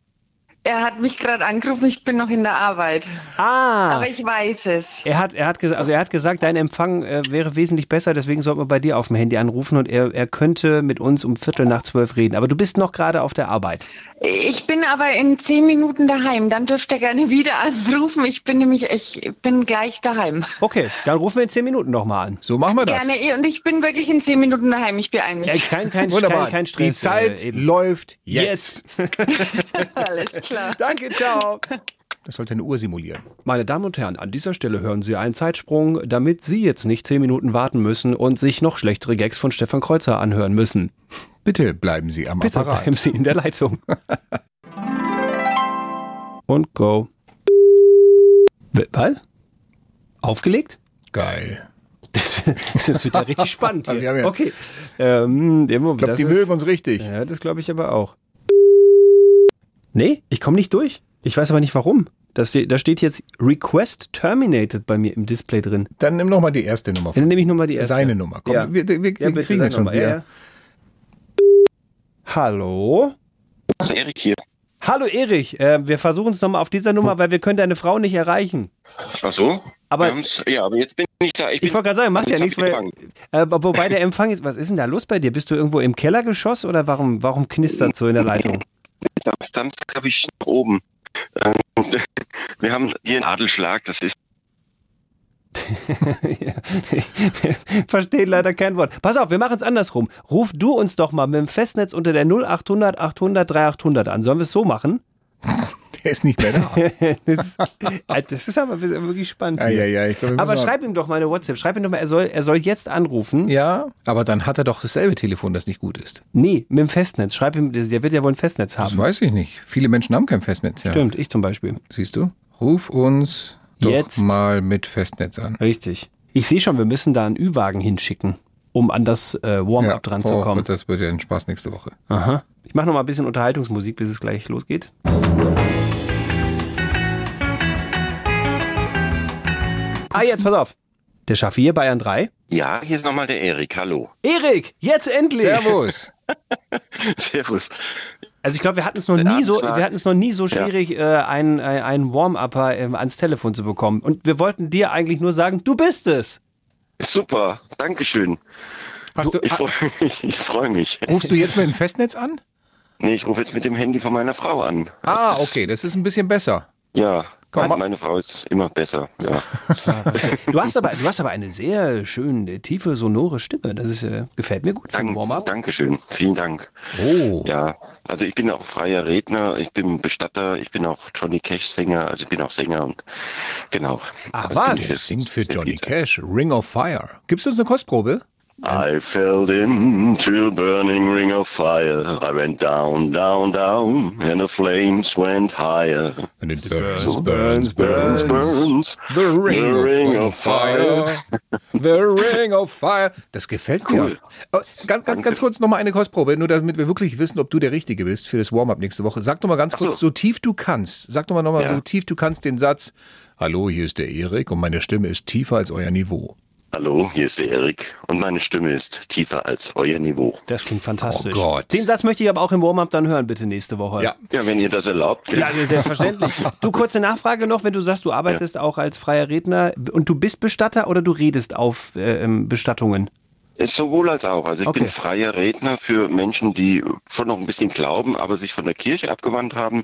Speaker 17: er hat mich gerade angerufen, ich bin noch in der Arbeit.
Speaker 4: Ah.
Speaker 17: Aber ich weiß es.
Speaker 4: Er hat, er hat, gesa- also er hat gesagt, dein Empfang äh, wäre wesentlich besser, deswegen sollten wir bei dir auf dem Handy anrufen und er, er könnte mit uns um Viertel nach zwölf reden. Aber du bist noch gerade auf der Arbeit.
Speaker 17: Ich bin aber in zehn Minuten daheim, dann dürft ihr gerne wieder anrufen. Ich bin nämlich, ich bin gleich daheim.
Speaker 4: Okay, dann rufen wir in zehn Minuten nochmal an.
Speaker 3: So machen wir das.
Speaker 17: Gerne, eh, und ich bin wirklich in zehn Minuten daheim, ich beeile mich.
Speaker 4: Äh, kein, kein,
Speaker 3: Wunderbar.
Speaker 4: kein, kein Stress.
Speaker 3: die Zeit
Speaker 4: äh, eben.
Speaker 3: läuft jetzt.
Speaker 17: Alles klar.
Speaker 4: Danke, ciao.
Speaker 3: Das sollte eine Uhr simulieren.
Speaker 4: Meine Damen und Herren, an dieser Stelle hören Sie einen Zeitsprung, damit Sie jetzt nicht zehn Minuten warten müssen und sich noch schlechtere Gags von Stefan Kreuzer anhören müssen.
Speaker 3: Bitte bleiben Sie am
Speaker 4: Bitte
Speaker 3: Apparat.
Speaker 4: bleiben Sie in der Leitung. und go. W- Was? Aufgelegt?
Speaker 3: Geil.
Speaker 4: Das, das wird ja richtig spannend hier.
Speaker 3: Wir haben ja-
Speaker 4: Okay. Ähm, der Moment,
Speaker 3: Ich glaube,
Speaker 4: das
Speaker 3: die
Speaker 4: ist-
Speaker 3: mögen uns richtig.
Speaker 4: Ja, das glaube ich aber auch. Nee, ich komme nicht durch. Ich weiß aber nicht warum. Da steht, da steht jetzt Request Terminated bei mir im Display drin.
Speaker 3: Dann nimm noch mal die erste Nummer.
Speaker 4: Dann nehme ich nochmal die erste.
Speaker 3: Seine Nummer. Komm,
Speaker 4: Ja.
Speaker 3: wir, wir, wir
Speaker 4: Ja, bitte,
Speaker 3: kriegen das
Speaker 4: sag
Speaker 3: schon
Speaker 4: nochmal. Ja,
Speaker 3: wieder.
Speaker 4: ja. Hallo?
Speaker 12: Also Erik hier.
Speaker 4: Hallo Erich, äh, wir versuchen es nochmal auf dieser Nummer, weil wir können deine Frau nicht erreichen.
Speaker 12: Ach so?
Speaker 4: Aber-
Speaker 12: Wir haben's- ja, aber jetzt bin ich da. Ich,
Speaker 4: Ich
Speaker 12: bin,
Speaker 4: wollte gerade sagen, macht ja
Speaker 12: Jetzt
Speaker 4: nichts,
Speaker 12: hab ich
Speaker 4: weil, äh, wobei der Empfang ist, was ist denn da los bei dir? Bist du irgendwo im Kellergeschoss oder warum, warum knistert so in der Leitung?
Speaker 12: Sam- Samstag habe ich nach oben. Ähm, Wir haben hier einen Adelschlag, das ist
Speaker 4: Verstehe leider kein Wort. Pass auf, wir machen es andersrum. Ruf du uns doch mal mit dem Festnetz unter der 0800 800 3800 an. Sollen wir es so machen?
Speaker 3: Der ist nicht mehr da.
Speaker 4: Das, Alter, das ist aber wirklich spannend.
Speaker 3: ja,
Speaker 4: hier.
Speaker 3: ja, ja, ich glaub, wir
Speaker 4: aber
Speaker 3: müssen mal-
Speaker 4: schreib ihm doch mal eine WhatsApp. Schreib ihm doch mal, er soll, er soll jetzt anrufen.
Speaker 3: Ja, aber dann hat er doch dasselbe Telefon, das nicht gut ist.
Speaker 4: Nee, mit dem Festnetz. Schreib ihm, der wird ja wohl ein Festnetz
Speaker 3: Das
Speaker 4: haben.
Speaker 3: weiß ich nicht. Viele Menschen haben kein Festnetz. Ja.
Speaker 4: Stimmt, ich zum Beispiel.
Speaker 3: Siehst du? Ruf uns doch
Speaker 4: Jetzt.
Speaker 3: mal mit Festnetz an.
Speaker 4: Richtig. Ich sehe schon, wir müssen da einen Ü-Wagen hinschicken, um an das äh, Warm-up dran zu
Speaker 3: oh,
Speaker 4: kommen.
Speaker 3: Das wird ja ein Spaß nächste Woche.
Speaker 4: Aha. Ich mache noch mal ein bisschen Unterhaltungsmusik, bis es gleich losgeht. Ah, jetzt pass auf. Der Schafir Bayern 3.
Speaker 12: Ja, hier ist nochmal der Erik. Hallo.
Speaker 4: Erik, jetzt endlich!
Speaker 3: Servus.
Speaker 12: Servus.
Speaker 4: Also ich glaube, wir hatten es noch nie so, wir hatten es noch nie so schwierig, äh, einen, äh, einen Warm-Upper ähm, ans Telefon zu bekommen. Und wir wollten dir eigentlich nur sagen, du bist es.
Speaker 12: Super, Dankeschön.
Speaker 3: Hast du,
Speaker 12: Ich
Speaker 3: ah,
Speaker 12: freue mich. Ich freu mich.
Speaker 3: rufst du jetzt mit dem Festnetz an?
Speaker 12: Nee, ich rufe jetzt mit dem Handy von meiner Frau an.
Speaker 3: Ah, okay, das ist ein bisschen besser.
Speaker 12: Ja,
Speaker 3: Komm, ma-
Speaker 12: meine Frau ist immer besser. Ja.
Speaker 4: Du hast aber, du hast aber eine sehr schöne, tiefe, sonore Stimme. Das ist, äh, gefällt mir gut für ein Warm-Up.
Speaker 12: Dankeschön, vielen Dank.
Speaker 3: Oh.
Speaker 12: Ja, also ich bin auch freier Redner, ich bin Bestatter, ich bin auch Johnny Cash-Sänger, also ich bin auch Sänger und genau.
Speaker 3: Ah,
Speaker 4: Ach,
Speaker 12: Also ich bin
Speaker 4: was?
Speaker 12: sehr-
Speaker 3: Singt für
Speaker 12: sehr
Speaker 3: Johnny
Speaker 12: viel-
Speaker 3: Cash, Ring of Fire. Gibst du uns eine Kostprobe?
Speaker 12: I fell into a burning ring of fire. I went down, down, down, and the flames went higher.
Speaker 3: And it
Speaker 12: So.
Speaker 3: burns,
Speaker 12: Burns, burns,
Speaker 3: The Ring,
Speaker 12: The Ring
Speaker 3: of,
Speaker 12: of
Speaker 3: Fire.
Speaker 12: Fire.
Speaker 3: The Ring of Fire. Das gefällt mir.
Speaker 12: Cool.
Speaker 3: Aber Ganz, ganz, ganz kurz nochmal eine Kostprobe, nur damit wir wirklich wissen, ob du der Richtige bist für das Warm-up nächste Woche. Sag doch mal ganz
Speaker 12: Ach so.
Speaker 3: kurz, so tief du kannst. Sag doch mal nochmal,
Speaker 12: Ja.
Speaker 3: so tief du kannst den Satz. Hallo, hier ist der Erik und meine Stimme ist tiefer als euer Niveau.
Speaker 12: Hallo, hier ist der Erik und meine Stimme ist tiefer als euer Niveau.
Speaker 4: Das klingt fantastisch.
Speaker 3: Oh Gott.
Speaker 4: Den Satz möchte ich aber auch im Warm-up dann hören, bitte nächste Woche.
Speaker 3: Ja.
Speaker 12: Ja, wenn ihr das erlaubt.
Speaker 4: Ja, also selbstverständlich. Du, kurze Nachfrage noch, wenn du sagst, du arbeitest auch als freier Redner und du bist Bestatter oder du redest auf äh, ähm, Bestattungen?
Speaker 12: äh, Sowohl als auch. Also ich
Speaker 4: Okay.
Speaker 12: bin freier Redner für Menschen, die schon noch ein bisschen glauben, aber sich von der Kirche abgewandt haben.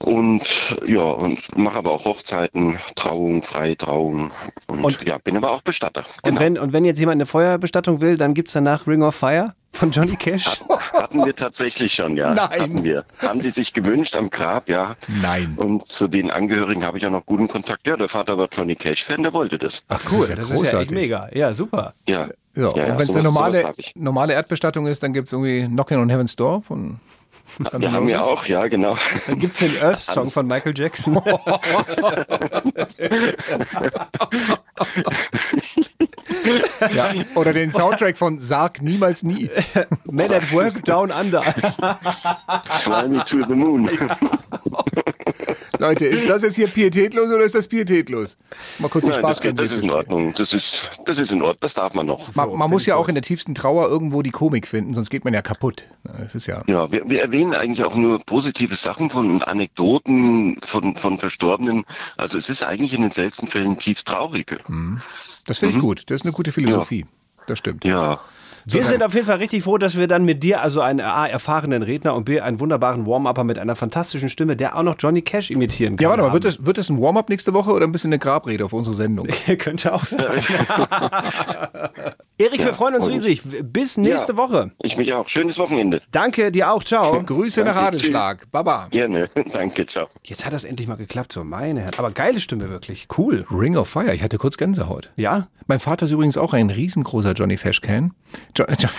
Speaker 12: Und ja, und mache aber auch Hochzeiten, Trauungen, Freitrauungen. Und,
Speaker 4: Und-
Speaker 12: ja, bin aber auch Bestatter.
Speaker 4: Und, wenn, und wenn jetzt jemand eine Feuerbestattung will, dann gibt es danach Ring of Fire von Johnny Cash.
Speaker 12: Hatten wir tatsächlich schon, ja.
Speaker 3: Nein.
Speaker 12: Hatten wir. Haben die sich gewünscht am Grab, ja.
Speaker 3: Nein.
Speaker 12: Und zu den Angehörigen habe ich auch noch guten Kontakt. Ja, der Vater war Johnny Cash-Fan, der wollte das.
Speaker 3: Ach,
Speaker 4: Cool, das ist ja echt mega. Ja, super.
Speaker 12: Ja.
Speaker 3: So,
Speaker 12: Ja, ja,
Speaker 3: und wenn es eine
Speaker 12: sowas- sowas
Speaker 3: normale,
Speaker 12: hab ich.
Speaker 3: normale Erdbestattung ist, dann gibt es irgendwie Knockin' on Heaven's Door von Guns
Speaker 12: Wir
Speaker 3: N'
Speaker 12: haben ja
Speaker 3: Roses.
Speaker 12: auch, ja, genau.
Speaker 3: Dann gibt's den Earth-Song von
Speaker 4: Michael Jackson.
Speaker 3: ja, oder den Soundtrack von Sag niemals nie.
Speaker 4: Men at Work Down Under.
Speaker 12: Fly me to the moon.
Speaker 3: Leute, ist das jetzt hier pietätlos oder ist das pietätlos? Mal kurz den
Speaker 12: Nein, das,
Speaker 3: Spaß
Speaker 12: geht, das ist in Ordnung. Das ist, das ist in Ordnung. Das darf man noch.
Speaker 3: Man, man muss ja auch in der tiefsten Trauer irgendwo die Komik finden, sonst geht man ja kaputt. Das ist ja.
Speaker 12: Ja, wir, wir erwähnen eigentlich auch nur positive Sachen von und Anekdoten von, von Verstorbenen. Also es ist eigentlich in den seltensten Fällen tiefst traurig.
Speaker 3: Das finde ich
Speaker 12: Mhm.
Speaker 3: gut. Das ist eine gute Philosophie. Das stimmt.
Speaker 12: Ja.
Speaker 4: Wir sind auf jeden Fall richtig froh, dass wir dann mit dir, also einen A, erfahrenen Redner und B, einen wunderbaren Warm-Upper mit einer fantastischen Stimme, der auch noch Johnny Cash imitieren kann.
Speaker 3: Ja, warte mal, wird das, wird das ein Warm-up nächste Woche oder ein bisschen eine Grabrede auf unsere Sendung?
Speaker 4: Könnte auch sein. Erik, wir freuen uns
Speaker 12: und-
Speaker 4: riesig. Bis nächste
Speaker 12: Ja.
Speaker 4: Woche.
Speaker 12: Ich mich auch. Schönes Wochenende.
Speaker 4: Danke dir auch. Ciao.
Speaker 3: Grüße nach
Speaker 12: Danke,
Speaker 3: Adelschlag.
Speaker 12: tschüss.
Speaker 3: Baba.
Speaker 12: Gerne. Danke, ciao.
Speaker 4: Jetzt hat das endlich mal geklappt, so meine Herren. Aber geile Stimme wirklich. Cool.
Speaker 3: Ring of Fire. Ich hatte kurz Gänsehaut.
Speaker 4: Ja?
Speaker 3: Mein Vater ist übrigens auch ein riesengroßer Johnny Cash-Fan. Jo jo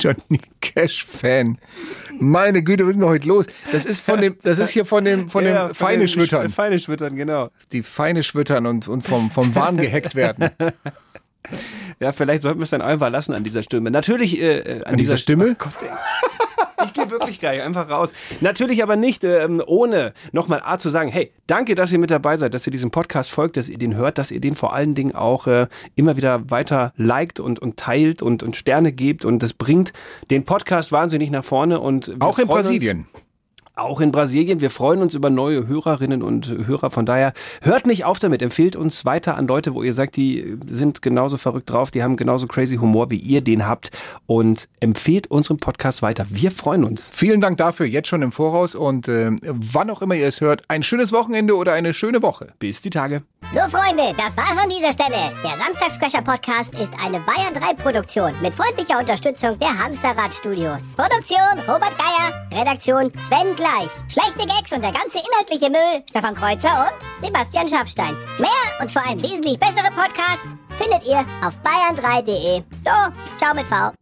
Speaker 3: Johnny Cash-Fan. Meine Güte, was ist denn heute los? Das ist von dem, das ist hier von dem, von dem feine Schwittern.
Speaker 4: Feine Schwittern, genau.
Speaker 3: Die feine Schwittern und, und vom, vom Wahn gehackt werden.
Speaker 4: Ja, vielleicht sollten wir es dann einfach lassen an dieser Stimme. Natürlich äh, äh, an,
Speaker 3: An dieser
Speaker 4: Stimme.
Speaker 3: Stimme?
Speaker 4: Ich gehe wirklich gleich einfach raus. Natürlich aber nicht, ähm, ohne nochmal A zu sagen, hey, danke, dass ihr mit dabei seid, dass ihr diesem Podcast folgt, dass ihr den hört, dass ihr den vor allen Dingen auch äh, immer wieder weiter liked und, und teilt und, und Sterne gebt und das bringt den Podcast wahnsinnig nach vorne und wir
Speaker 3: Auch in
Speaker 4: freuen uns-
Speaker 3: Brasilien.
Speaker 4: auch in Brasilien. Wir freuen uns über neue Hörerinnen und Hörer. Von daher hört nicht auf damit. Empfehlt uns weiter an Leute, wo ihr sagt, die sind genauso verrückt drauf, die haben genauso crazy Humor, wie ihr den habt. Und empfehlt unseren Podcast weiter. Wir freuen uns.
Speaker 3: Vielen Dank dafür, jetzt schon im Voraus und ähm, wann auch immer ihr es hört, ein schönes Wochenende oder eine schöne Woche.
Speaker 4: Bis die Tage.
Speaker 19: So, Freunde, das war's an dieser Stelle. Der Samstagscrasher-Podcast ist eine Bayern 3-Produktion mit freundlicher Unterstützung der Hamsterrad-Studios. Produktion Robert Geier, Redaktion Sven Gleich. Schlechte Gags und der ganze inhaltliche Müll Stefan Kreuzer und Sebastian Schaffstein. Mehr und vor allem wesentlich bessere Podcasts findet ihr auf bayern3.de. So, E. ciao mit V.